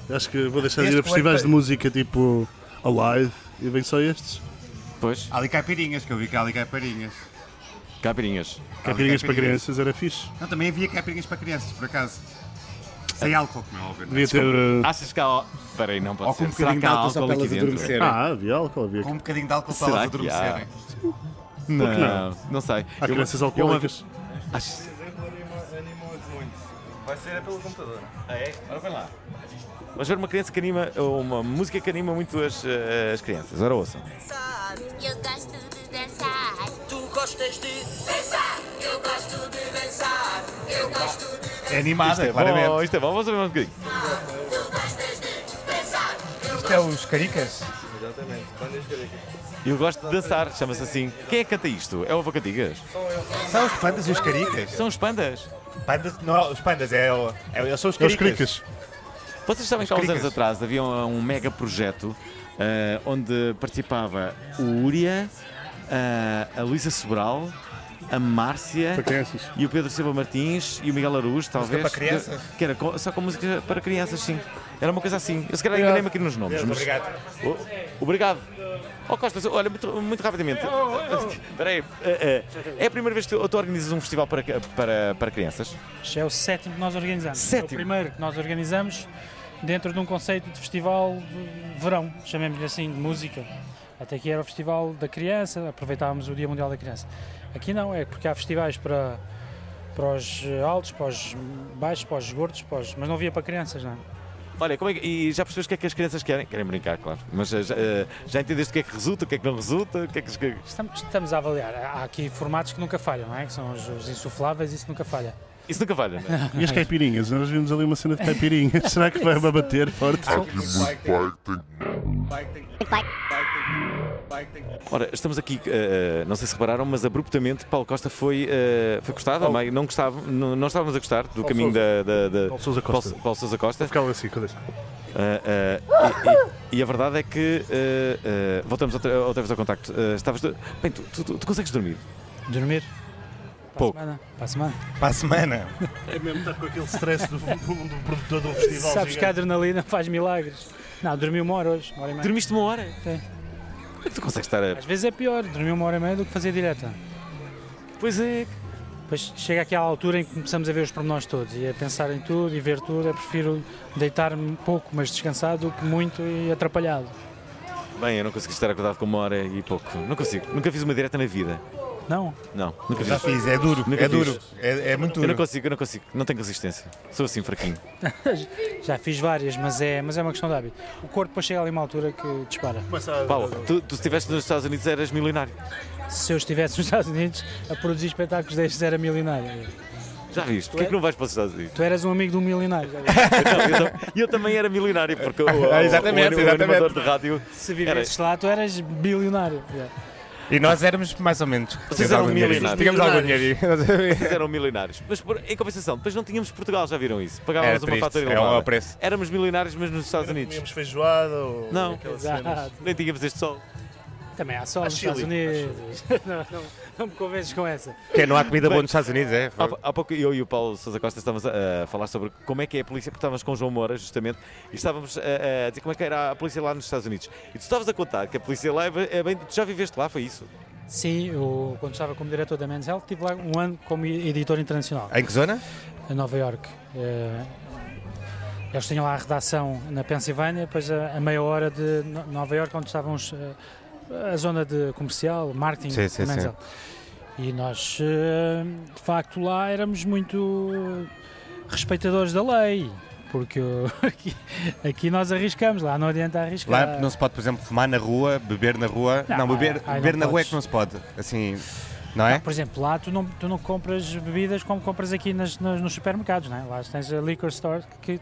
Speaker 2: Acho que vou deixar de
Speaker 13: Este
Speaker 2: ir a
Speaker 13: foi-
Speaker 2: festivais de música tipo Alive e vem só estes.
Speaker 1: Pois.
Speaker 3: Há ali caipirinhas, que eu vi que há ali caipirinhas.
Speaker 1: Caipirinhas.
Speaker 2: Caipirinhas para crianças era fixe.
Speaker 3: Não, também havia caipirinhas para crianças, por acaso. Sem álcool, como é óbvio. não é?
Speaker 2: Devia ter. uh,
Speaker 1: Ah. Achas que há. Espera aí, não pode
Speaker 3: Ou com
Speaker 1: ser.
Speaker 3: um
Speaker 1: Será
Speaker 3: bocadinho
Speaker 1: que
Speaker 3: de
Speaker 1: há
Speaker 3: álcool só
Speaker 1: álcool
Speaker 3: para
Speaker 1: aqui
Speaker 3: elas
Speaker 1: dentro?
Speaker 3: adormecerem.
Speaker 2: Ah, havia álcool, havia.
Speaker 3: Com um bocadinho de álcool para
Speaker 1: Será
Speaker 3: elas
Speaker 1: que há?
Speaker 3: adormecerem.
Speaker 1: Não,
Speaker 2: que não?
Speaker 1: não, sei.
Speaker 2: Há crianças é
Speaker 1: eu uma
Speaker 2: alcoólicas.
Speaker 1: vez- Acho-
Speaker 16: Animou-se muito. Vai ser é pelo computador.
Speaker 1: Ah, é? Ora, vai lá. Vamos ver uma criança que anima, uma música que anima muito as, eh, as crianças. Ora, ouçam.
Speaker 4: Eu gosto de dançar. Tu gostas de dançar. Eu gosto de dançar. Eu gosto de
Speaker 3: É animada,
Speaker 1: Isto é
Speaker 3: claramente.
Speaker 1: Bom, isto é bom, vamos ouvir mais um bocadinho.
Speaker 4: dançar.
Speaker 3: Isto é os caricas?
Speaker 10: Exatamente. Bandas caricas.
Speaker 1: Eu gosto de dançar, chama-se assim. Quem é que canta isto? É o Avacadigas?
Speaker 3: São os pandas e os caricas?
Speaker 1: São os pandas?
Speaker 13: Pandas, não, os pandas, é, o- é, eles são os
Speaker 1: É os
Speaker 13: caricas.
Speaker 1: Vocês sabem
Speaker 13: Os
Speaker 1: que há uns
Speaker 13: cricas.
Speaker 1: anos atrás havia um mega projeto eh, onde participava o Uria, eh, a Luísa Sobral, a Márcia
Speaker 2: Para crianças.
Speaker 1: e o Pedro Silva Martins e o Miguel Aruz, talvez.
Speaker 13: para crianças?
Speaker 1: Que, que era co- só com música para crianças, sim. Era uma coisa assim. Eu se calhar enganei-me aqui nos nomes.
Speaker 13: Deus,
Speaker 1: mas-
Speaker 13: obrigado.
Speaker 1: O- obrigado. Oh Costa, olha, muito, muito rapidamente.
Speaker 13: Oh,
Speaker 1: Espera aí. eh, eh, É a primeira vez que tu, tu organizas um festival para, para, para crianças?
Speaker 22: Este é o sétimo que nós organizamos. É o primeiro que nós organizamos dentro de um conceito de festival de verão, chamemos-lhe assim, de música. Até aqui era o Festival da Criança, aproveitávamos o Dia Mundial da Criança. Aqui não, é porque há festivais para, para os eh, altos, para os baixos, para os gordos, para os- mas não havia para crianças, não é?
Speaker 1: Olha, como é que- e já percebes o que é que as crianças querem? Querem brincar, claro. Mas eh, já, eh, já entendeste o que é que resulta, o que é que não resulta, o que é que... as-
Speaker 22: Estamos, estamos a avaliar. Há aqui formatos que nunca falham, não é? Que são os, os insufláveis, isso nunca falha.
Speaker 1: Isso nunca falha, não é?
Speaker 2: E as caipirinhas? Nós vimos ali uma cena de caipirinhas. Será que vai bater forte?
Speaker 1: Ora, estamos aqui, eh, não sei se repararam, mas abruptamente Paulo Costa foi, eh, foi gostado, mas não, gostava, não, não estávamos a gostar do
Speaker 2: Paulo
Speaker 1: caminho
Speaker 2: Sousa.
Speaker 1: da, da, da-
Speaker 2: Paulo Sousa Costa.
Speaker 1: Paulo, Paulo Sousa Costa.
Speaker 2: Ficava assim, cadê?
Speaker 1: Eh, eh, e, e- e a verdade é que, eh, eh, voltamos outra, outra vez ao contacto, Eh, estavas... do- Bem, tu, tu- tu- tu consegues dormir?
Speaker 22: Dormir?
Speaker 1: Pouco.
Speaker 22: Para a semana.
Speaker 1: Para a semana?
Speaker 2: É mesmo estar com aquele stress do, do, do produtor de um festival.
Speaker 22: Sabes que a
Speaker 2: gigante.
Speaker 22: adrenalina faz milagres. Não, dormi uma hora hoje, uma hora e meia.
Speaker 1: Dormiste uma hora?
Speaker 22: Sim.
Speaker 1: Tu consegues estar a...
Speaker 22: Às vezes é pior, dormir uma hora e meia do que fazer direta.
Speaker 1: Pois é.
Speaker 22: Depois chega aquela altura em que começamos a ver os pormenores todos e a pensar em tudo e ver tudo. Eu prefiro deitar-me pouco, mas descansado, do que muito e atrapalhado.
Speaker 1: Bem, eu não consigo estar acordado com uma hora e pouco. Não consigo. Nunca fiz uma direta na vida.
Speaker 22: Não?
Speaker 1: Não, nunca fiz.
Speaker 13: Já fiz, é duro,
Speaker 1: Nunca
Speaker 13: é
Speaker 1: fiz.
Speaker 13: duro, é- é muito
Speaker 1: Eu
Speaker 13: duro.
Speaker 1: não consigo, eu não consigo. Não tenho consistência. Sou assim fraquinho.
Speaker 22: Já fiz várias, mas é, mas é uma questão de hábito. O corpo depois chega ali a uma altura que dispara.
Speaker 1: Paulo, tu, tu se estiveste nos Estados Unidos eras milionário.
Speaker 22: Se eu estivesse nos Estados Unidos a produzir espetáculos destes era milionário.
Speaker 1: Já viste? Porquê é que não vais para os Estados Unidos?
Speaker 22: Tu eras um amigo de um milionário.
Speaker 1: Não, eu, tam- eu também era milionário, porque o, o, o,
Speaker 13: Exatamente,
Speaker 1: o animador
Speaker 13: exatamente.
Speaker 1: de rádio.
Speaker 22: Se vivesses lá, tu eras bilionário. Yeah.
Speaker 13: E nós éramos mais ou menos.
Speaker 1: Vocês
Speaker 13: Tínhamos
Speaker 1: eram
Speaker 13: algum dinheiro.
Speaker 1: milionários.
Speaker 13: Tínhamos algum dinheiro.
Speaker 1: Vocês eram milionários. Mas por- em compensação, depois não tínhamos Portugal, já viram isso? Pagávamos
Speaker 13: Era
Speaker 1: uma
Speaker 13: triste,
Speaker 1: fatura
Speaker 13: é um
Speaker 1: elevada.
Speaker 13: preço.
Speaker 1: Éramos milionários, mas nos Estados Unidos.
Speaker 2: Tínhamos feijoada ou.
Speaker 1: Não,
Speaker 2: aquelas
Speaker 22: Exato.
Speaker 2: cenas.
Speaker 1: nem tínhamos este sol.
Speaker 22: Também há sol
Speaker 2: Há
Speaker 22: nos Estados
Speaker 2: Chile,
Speaker 22: Unidos. Não, não, não me convences com essa.
Speaker 13: Que não há comida boa
Speaker 1: Bem,
Speaker 13: nos Estados Unidos, é?
Speaker 1: Há, po- há pouco eu e o Paulo Sousa Costa estávamos a, a falar sobre como é que é a polícia, porque estávamos com o João Moura, justamente, e estávamos a, a dizer como é que era a polícia lá nos Estados Unidos. E tu estavas a contar que a polícia lá é bem. é bem- tu já viveste lá, foi isso?
Speaker 22: Sim, eu, quando estava como diretor da Men's Health, estive lá um ano como editor internacional.
Speaker 13: Em que zona?
Speaker 22: Em Nova York. Eles tinham lá a redação na Pensilvânia, depois a, a meia hora de No- Nova York, onde estavam os, eh, a zona de comercial, marketing,
Speaker 13: Sim, sim,
Speaker 22: da Men's
Speaker 13: sim.
Speaker 22: Health. E nós, eh, de facto, lá éramos muito respeitadores da lei, porque eu- aqui, aqui nós arriscamos, lá não adianta arriscar.
Speaker 3: Lá não se pode, por exemplo, fumar na rua, beber na rua. Não,
Speaker 22: Não,
Speaker 3: beber,
Speaker 22: ai,
Speaker 3: beber na
Speaker 22: não
Speaker 3: rua é
Speaker 22: podes.
Speaker 3: que não se pode. Assim, não é?
Speaker 22: Por exemplo, lá tu não, tu não compras bebidas como compras aqui nas, nas- nos supermercados, não é? Lá tens a liquor store que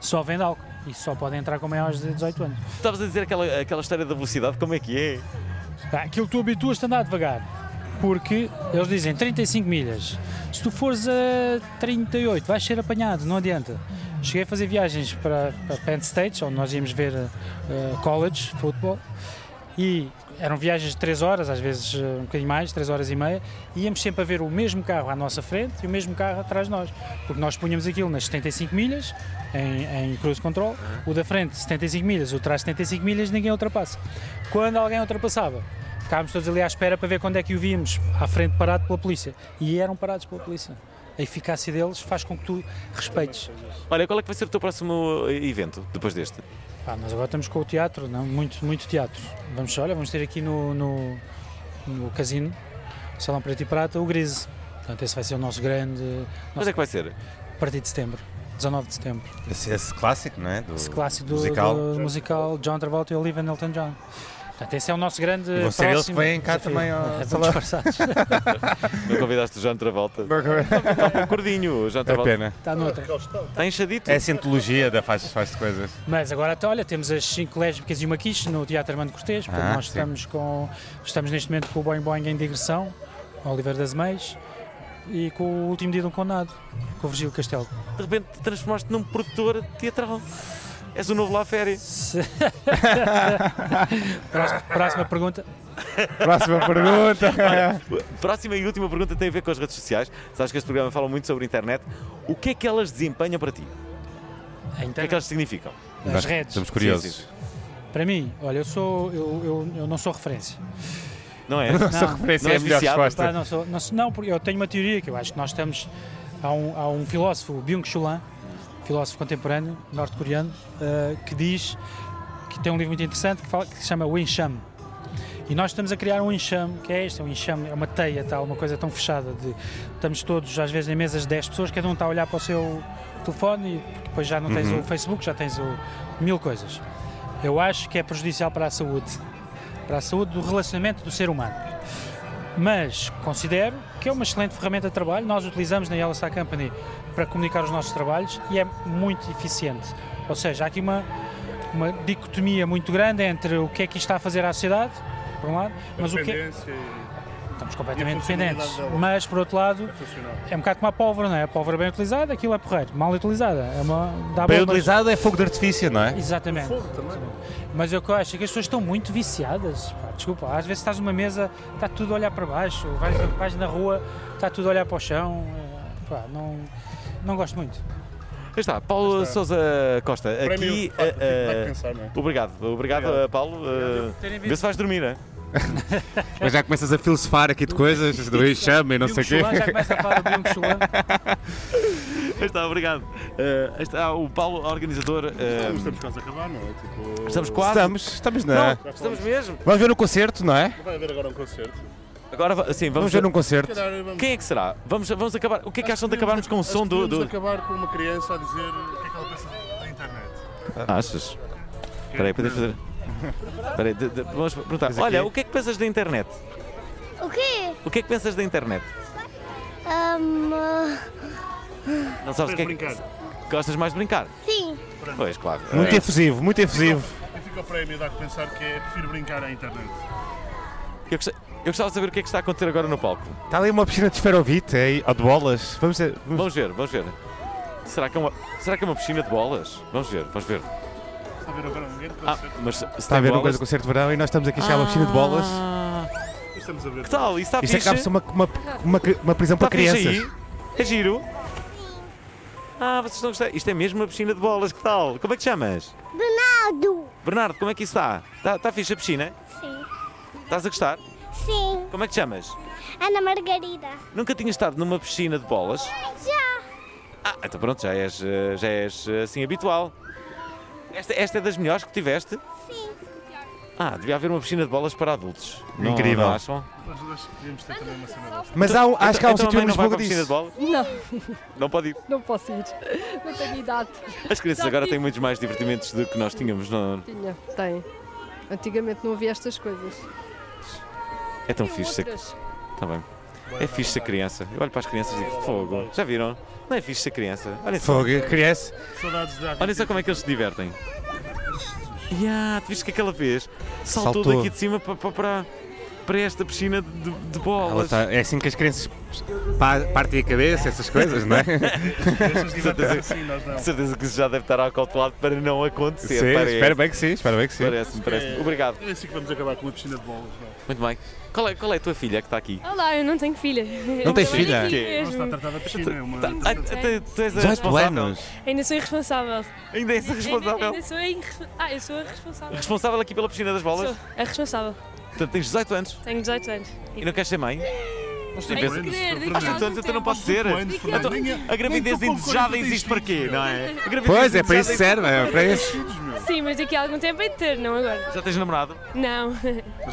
Speaker 22: só vende álcool e só podem entrar com maiores de 18 anos.
Speaker 1: Tu estavas a dizer aquela, aquela história da velocidade, como é que é?
Speaker 22: Pá, Tá, Aquilo tu habituas-te a andar devagar, porque eles dizem 35 milhas. Se tu fores a 38, vais ser apanhado, não adianta. Cheguei a fazer viagens para, para Penn State, onde nós íamos ver eh, college, futebol, e eram viagens de 3 horas, às vezes eh, um bocadinho mais, 3 horas e meia, e íamos sempre a ver o mesmo carro à nossa frente e o mesmo carro atrás de nós, porque nós punhamos aquilo nas 75 milhas, em, em cruise control, o da frente 75 milhas, o de trás 75 milhas, ninguém ultrapassa. Quando alguém ultrapassava, Ficámos todos ali à espera para ver quando é que o víamos, à frente parado pela polícia. E eram parados pela polícia. A eficácia deles faz com que tu respeites.
Speaker 1: Olha, qual é que vai ser o teu próximo eh, evento depois deste?
Speaker 22: Pá, nós agora estamos com o teatro, não? Muito, muito teatro. Vamos, olha, vamos ter aqui no, no, no casino, no Salão Preto e Prata, o Grise. Portanto, esse vai ser o nosso grande.
Speaker 1: Quando é que vai ser?
Speaker 22: A partir de setembro, 19 de setembro.
Speaker 6: Esse, esse clássico, não é? Do,
Speaker 22: Esse clássico do
Speaker 6: musical.
Speaker 22: musical, do musical John Travolta e Olivia Newton John. Portanto, esse é o nosso grande.
Speaker 6: E vão ser eles que
Speaker 22: próximo
Speaker 6: vêm cá
Speaker 22: desafio.
Speaker 6: também ao
Speaker 22: Vamos
Speaker 6: salão.
Speaker 22: disfarçados.
Speaker 1: Não convidaste o João Travolta? Está um pouco gordinho o João Travolta.
Speaker 6: pena.
Speaker 22: Está noutra.
Speaker 1: Está enxadito.
Speaker 6: É a cientologia da faz, faz de coisas.
Speaker 22: Mas agora, então, olha, temos as 5 lésbicas e uma quiche no Teatro Armando Cortês. Portanto,
Speaker 6: Ah,
Speaker 22: nós
Speaker 6: sim.
Speaker 22: estamos, com, estamos neste momento com o Boing Boing em digressão, com o Oliveira das Meis e com o Último Dia de um Condenado, com o Virgílio Castelo.
Speaker 1: De repente te transformaste num produtor teatral. És o novo La Féria.
Speaker 22: Próxima, próxima pergunta.
Speaker 6: Próxima pergunta.
Speaker 1: Olha, próxima e última pergunta tem a ver com as redes sociais. Sabes que este programa fala muito sobre a internet. O que é que elas desempenham para ti?
Speaker 22: O
Speaker 1: que é que elas significam?
Speaker 22: As redes.
Speaker 6: Estamos curiosos.
Speaker 1: Sim, sim.
Speaker 22: Para mim, olha, eu, sou, eu, eu, eu não sou referência.
Speaker 1: Não é? Não sou referência,
Speaker 22: não
Speaker 1: é a melhor
Speaker 22: viciado.
Speaker 1: resposta.
Speaker 22: Pá, não, sou, não, sou- não, porque eu tenho uma teoria que eu acho que nós estamos. Há um, há um filósofo, Byung-Chul Han, filósofo contemporâneo, norte-coreano, eh, que diz que tem um livro muito interessante que, fala, que se chama O Enxame. E nós estamos a criar um enxame, que é este, é um enxame, é uma teia, tal, uma coisa tão fechada de estamos todos às vezes em mesas de 10 pessoas, cada um está a olhar para o seu telefone e porque depois já não tens
Speaker 6: Uhum.
Speaker 22: o Facebook, já tens o mil coisas. Eu acho que é prejudicial para a saúde, para a saúde do relacionamento do ser humano. Mas considero que é uma excelente ferramenta de trabalho. Nós utilizamos na Yellow Star Company para comunicar os nossos trabalhos e é muito eficiente. Ou seja, há aqui uma, uma dicotomia muito grande entre o que é que isto está a fazer à sociedade, por um lado, mas o que é- Estamos completamente dependentes. Mas, por outro lado, é um bocado como a pólvora, não é? A pólvora bem utilizada, aquilo é porreiro. Mal utilizada, é uma... dá
Speaker 6: Bem
Speaker 22: bombas.
Speaker 6: utilizado é fogo de artifício, não é?
Speaker 22: Exatamente. Mas eu que eu acho é que as pessoas estão muito viciadas. pá, desculpa, às vezes estás numa mesa, está tudo a olhar para baixo, vais, vais na rua, está tudo a olhar para o chão. eh, pá, não, não gosto muito.
Speaker 1: Aí está, Paulo Sousa Costa,
Speaker 22: Prémio,
Speaker 1: aqui.
Speaker 22: de facto,
Speaker 1: eh,
Speaker 22: fico bem
Speaker 1: eh,
Speaker 22: a pensar, não é?
Speaker 1: Obrigado, obrigado,
Speaker 22: Obrigado.
Speaker 1: eh, Paulo. eh,
Speaker 22: terem vindo.
Speaker 1: Vê se vais dormir, não é?
Speaker 6: Mas já começas a filosofar aqui de coisas, do enxame e não sei o quê.
Speaker 1: Aí está, obrigado. Eh, aí está o Paulo, organizador. eh,
Speaker 2: Estamos, estamos quase a acabar, não é? Tipo...
Speaker 1: Estamos quase.
Speaker 6: Estamos, estamos na.
Speaker 1: Não, estamos mesmo.
Speaker 6: Vamos ver um concerto, não é?
Speaker 2: Vai haver agora um concerto.
Speaker 1: Agora, va- sim, vamos,
Speaker 6: Vamos ver um concerto.
Speaker 2: Se calhar vamos-
Speaker 1: Quem é que será? Vamos, vamos acabar. O que é que acham de acabarmos com o
Speaker 2: Acho
Speaker 1: som
Speaker 2: que
Speaker 1: do.
Speaker 2: podemos
Speaker 1: do...
Speaker 2: acabar com uma criança a dizer o que é que ela pensa da internet.
Speaker 1: Ah, Achas? Espera aí, podemos fazer. Espera aí, de- de- vamos perguntar.
Speaker 6: Mas aqui-
Speaker 1: Olha, o que é que pensas da internet?
Speaker 9: O quê?
Speaker 1: O que é que pensas da internet?
Speaker 9: Um,
Speaker 1: Não sabes o que é que. Gostas mais de brincar?
Speaker 9: Sim.
Speaker 1: Pois, claro.
Speaker 6: Muito
Speaker 1: É.
Speaker 6: efusivo, muito efusivo.
Speaker 2: Eu fico ao prémio de dar que pensar que é prefiro brincar à internet.
Speaker 1: Eu gostava, eu gostava de saber o que é que está a acontecer agora no palco.
Speaker 6: Está ali uma piscina de esferovite, aí, ou de bolas. Vamos ver.
Speaker 1: Vamos ver, vamos ver. Será que é uma, será que é uma piscina de bolas? Vamos ver, vamos ver.
Speaker 2: Está a ver agora um grande
Speaker 1: Ah,
Speaker 2: concerto.
Speaker 1: mas se
Speaker 6: Está a
Speaker 1: tem
Speaker 6: ver uma
Speaker 1: bolas-
Speaker 6: coisa do concerto de verão e nós estamos aqui a chegar a uma piscina de bolas.
Speaker 2: Ah. Estamos a ver.
Speaker 1: Que tal? Isso está
Speaker 6: Isto acaba de ser uma, uma, uma, uma prisão
Speaker 1: Está
Speaker 6: para crianças.
Speaker 1: fixe aí? É giro? Ah, vocês estão a gostar. Isto é mesmo uma piscina de bolas, que tal? Como é que te chamas?
Speaker 9: Bernardo!
Speaker 1: Bernardo, como é que isso está? Está, está fixe a piscina?
Speaker 9: Sim.
Speaker 1: Estás a gostar?
Speaker 9: Sim.
Speaker 1: Como é que te chamas?
Speaker 9: Ana Margarida.
Speaker 1: Nunca tinhas estado numa piscina de bolas?
Speaker 9: Já!
Speaker 1: Ah, então pronto, já és, eh, já és eh, assim habitual. Esta, esta é das melhores que tiveste?
Speaker 9: Sim.
Speaker 1: Ah, devia haver uma piscina de bolas para adultos. Não-
Speaker 6: Incrível.
Speaker 1: não acham?
Speaker 2: Nós acho que devíamos ter também uma cena dessa.
Speaker 6: Mas há um-
Speaker 1: Então-
Speaker 6: acho que há um
Speaker 1: então a
Speaker 6: sítio
Speaker 1: mãe não
Speaker 6: em
Speaker 1: vai para
Speaker 6: Lisboa que
Speaker 1: a piscina
Speaker 6: diz.
Speaker 1: de bolas?
Speaker 19: Não,
Speaker 1: Não pode ir.
Speaker 19: não posso ir. Não tenho idade.
Speaker 1: As crianças
Speaker 19: Já
Speaker 1: agora
Speaker 19: tive-
Speaker 1: têm muitos mais divertimentos do que nós tínhamos. Não...
Speaker 19: Tinha, tem. Antigamente não havia estas coisas.
Speaker 1: É tão
Speaker 19: Tem
Speaker 1: fixe ser...
Speaker 19: outras.
Speaker 1: Tá bem. É fixe ser criança. Eu olho para as crianças e digo, fogo. Já viram? Não é fixe ser criança. Olhem só.
Speaker 6: Fogo, criança.
Speaker 2: Saudades da
Speaker 1: Olhem só como é que eles se divertem. Ya, tu viste que aquela vez saltou,
Speaker 6: Saltou.
Speaker 1: daqui de cima para, para, para, para esta piscina de, de
Speaker 6: Ela
Speaker 1: bolas.
Speaker 6: está- é assim que as crianças pa- partem a cabeça, essas coisas, não é?
Speaker 1: De certeza, de certeza que isso já deve estar acautelado para não acontecer.
Speaker 6: Sim,
Speaker 1: parece.
Speaker 6: espero bem que sim, espero bem que sim.
Speaker 1: Parece-me, parece-me. Obrigado.
Speaker 2: É assim que vamos acabar com uma piscina de bolas. não é?
Speaker 1: Muito bem. Qual é, qual é a tua filha que está aqui?
Speaker 6: Ah
Speaker 7: Olá, eu não tenho filha.
Speaker 1: Não tens filha?
Speaker 7: Aqui
Speaker 1: Quê?
Speaker 7: mesmo.
Speaker 2: Não está a tratar da piscina, é uma.
Speaker 1: Ah, tu- tu és a
Speaker 6: 18
Speaker 1: responsável?
Speaker 6: anos.
Speaker 7: Ainda sou irresponsável.
Speaker 1: Ainda és a responsável?
Speaker 7: Ainda, ainda sou a irre- Ah, eu sou a responsável.
Speaker 1: Responsável aqui pela piscina das bolas?
Speaker 7: Sou a responsável.
Speaker 1: Portanto, tens 18 anos
Speaker 6: Tenho 18 anos.
Speaker 1: e não queres ser mãe? Mas
Speaker 6: tu pensas- querer,
Speaker 1: Aos 18 anos até Tipo, então não pode ser.
Speaker 6: Fernando.
Speaker 1: Então,
Speaker 6: Nem-
Speaker 1: a gravidez
Speaker 6: nem tu com
Speaker 1: indesejada
Speaker 6: 40
Speaker 1: existe para quê, não é? A gravidez
Speaker 3: Pois, é para isso
Speaker 1: indesejada
Speaker 3: que serve, é para isso.
Speaker 6: Sim, mas daqui a algum tempo é de ter, não agora.
Speaker 1: Já tens namorado?
Speaker 6: Não.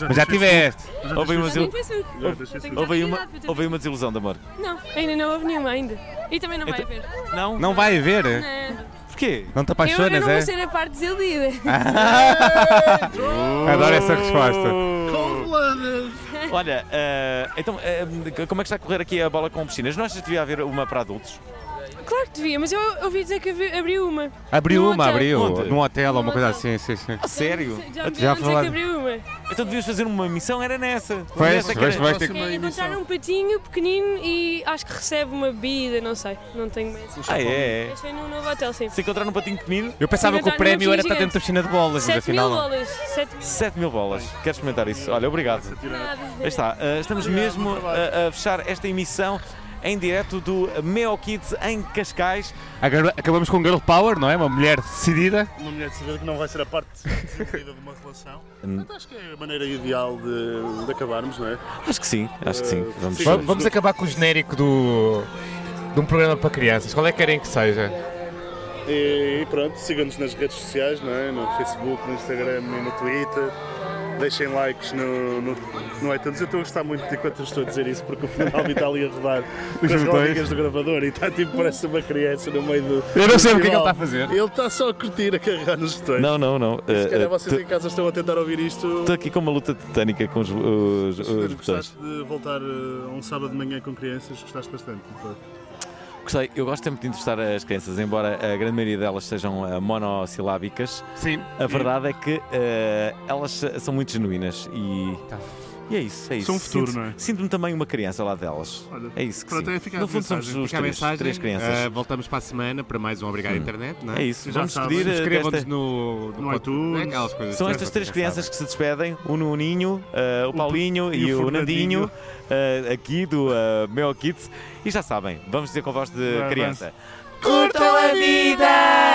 Speaker 3: Mas já tiveste.
Speaker 1: Houve aí uma,
Speaker 6: Já
Speaker 1: desil...
Speaker 6: tenho Facebook.
Speaker 1: Houve-
Speaker 6: Já tenho Facebook.
Speaker 1: houve aí uma-
Speaker 6: Já tenho Facebook.
Speaker 1: houve aí uma desilusão de amor.
Speaker 6: Não, ainda não houve nenhuma ainda. E também não vai
Speaker 1: Então-
Speaker 6: haver.
Speaker 1: Não?
Speaker 3: Não vai haver?
Speaker 6: Não.
Speaker 1: Porquê?
Speaker 3: Não te
Speaker 6: eu, eu
Speaker 3: apaixonas,
Speaker 6: não
Speaker 3: é?
Speaker 6: vou ser a parte desiludida.
Speaker 3: Adoro essa resposta.
Speaker 1: Olha, eh, então, eh, como é que está a correr aqui a bola com piscinas? Não achas que devia haver uma para adultos?
Speaker 6: Claro que devia, mas eu eu ouvi dizer que abriu abriu uma.
Speaker 3: Abriu
Speaker 6: Num
Speaker 3: uma,
Speaker 6: hotel.
Speaker 3: abriu.
Speaker 1: Onde?
Speaker 3: Num hotel ou uma coisa assim, sim, sim.
Speaker 1: Sério?
Speaker 6: Já me viram dizer que abriu uma.
Speaker 1: Então devias fazer uma missão, era nessa.
Speaker 3: Pois,
Speaker 1: Nessa que
Speaker 3: pois,
Speaker 1: era-
Speaker 3: vais ter
Speaker 6: É encontrar um patinho pequenino e acho que recebe uma bebida, não sei, não tenho bem. essa
Speaker 1: Ah, é?
Speaker 6: Mas foi num novo hotel, sim.
Speaker 1: Se encontrar um patinho pequenino?
Speaker 3: Eu
Speaker 6: pensava que o prémio era estar dentro da
Speaker 3: piscina de bolas,
Speaker 6: 7 mil bolas. 7 mil.
Speaker 1: 7 mil bolas. Queres experimentar isso? Olha, obrigado. Aí está. eh, estamos mesmo a, a fechar esta emissão em direto do Meo Kids em Cascais.
Speaker 3: Agora acabamos com Girl Power, não é? Uma mulher decidida.
Speaker 2: Uma mulher decidida que não vai ser a parte decidida de uma relação.
Speaker 1: Hum.
Speaker 2: Portanto, acho que é a maneira ideal de, de acabarmos, não é?
Speaker 1: Acho que sim, acho que sim.
Speaker 3: Eh,
Speaker 1: Vamos,
Speaker 3: Va- vamos acabar com o genérico do, de um programa para crianças. Qual é que querem que seja?
Speaker 2: E, e pronto, sigam-nos nas redes sociais, não é? no Facebook, no Instagram e no Twitter. Deixem likes no, no, no iTunes. Eu estou a gostar muito de enquanto estou a dizer isso, porque o Fernando está ali a rodar com as
Speaker 3: Os botões.
Speaker 2: rodinhas do gravador e está tipo, parece uma criança no meio do.
Speaker 3: Eu não sei
Speaker 2: do
Speaker 3: o que é que ele
Speaker 2: festival.
Speaker 3: está a fazer.
Speaker 2: Ele está só a curtir, a carregar nos botões.
Speaker 1: Não, não, não.
Speaker 2: E Se calhar
Speaker 1: Eh, eh,
Speaker 2: vocês em
Speaker 1: Estou
Speaker 2: casa estão a tentar ouvir isto.
Speaker 1: estou aqui com uma luta titânica com os, os, eh, os
Speaker 2: Mas
Speaker 1: botões.
Speaker 2: gostaste de voltar eh, um sábado de manhã com crianças? Gostaste bastante, não foi?
Speaker 1: Gostei, eu gosto sempre de entrevistar as crianças, embora a grande maioria delas sejam eh, monossilábicas.
Speaker 3: Sim.
Speaker 1: A verdade é que eh, elas são muito genuínas e.
Speaker 3: Tá.
Speaker 1: E é isso, é isso.
Speaker 3: um
Speaker 2: São o futuro,
Speaker 1: Sinto-
Speaker 2: não é?
Speaker 1: Sinto-me também uma criança lá delas. é isso que
Speaker 3: pronto,
Speaker 1: sim.
Speaker 3: é ficar a
Speaker 1: no fundo somos
Speaker 3: mensagem.
Speaker 1: os
Speaker 3: Fica a
Speaker 1: três,
Speaker 3: mensagem.
Speaker 1: três
Speaker 3: Ah,
Speaker 1: crianças.
Speaker 3: voltamos para a semana para mais um Obrigado
Speaker 1: Hum.
Speaker 3: Internet, não
Speaker 1: É isso,
Speaker 3: Já
Speaker 1: vamos
Speaker 3: sabem.
Speaker 1: pedir, eh,
Speaker 3: Subscrevam-nos
Speaker 1: desta-
Speaker 3: no, no, iTunes. é aquelas coisas
Speaker 1: São
Speaker 3: todas,
Speaker 1: estas
Speaker 3: vocês
Speaker 1: três
Speaker 3: já
Speaker 1: crianças que se despedem, o Nuninho, eh, o Paulinho
Speaker 3: e
Speaker 1: e,
Speaker 3: o
Speaker 1: o Nandinho,
Speaker 3: Fernandinho.
Speaker 1: eh, aqui do eh, Mel Kids. E já sabem, vamos dizer com voz de
Speaker 3: Vai,
Speaker 1: criança.
Speaker 23: Curtam a vida!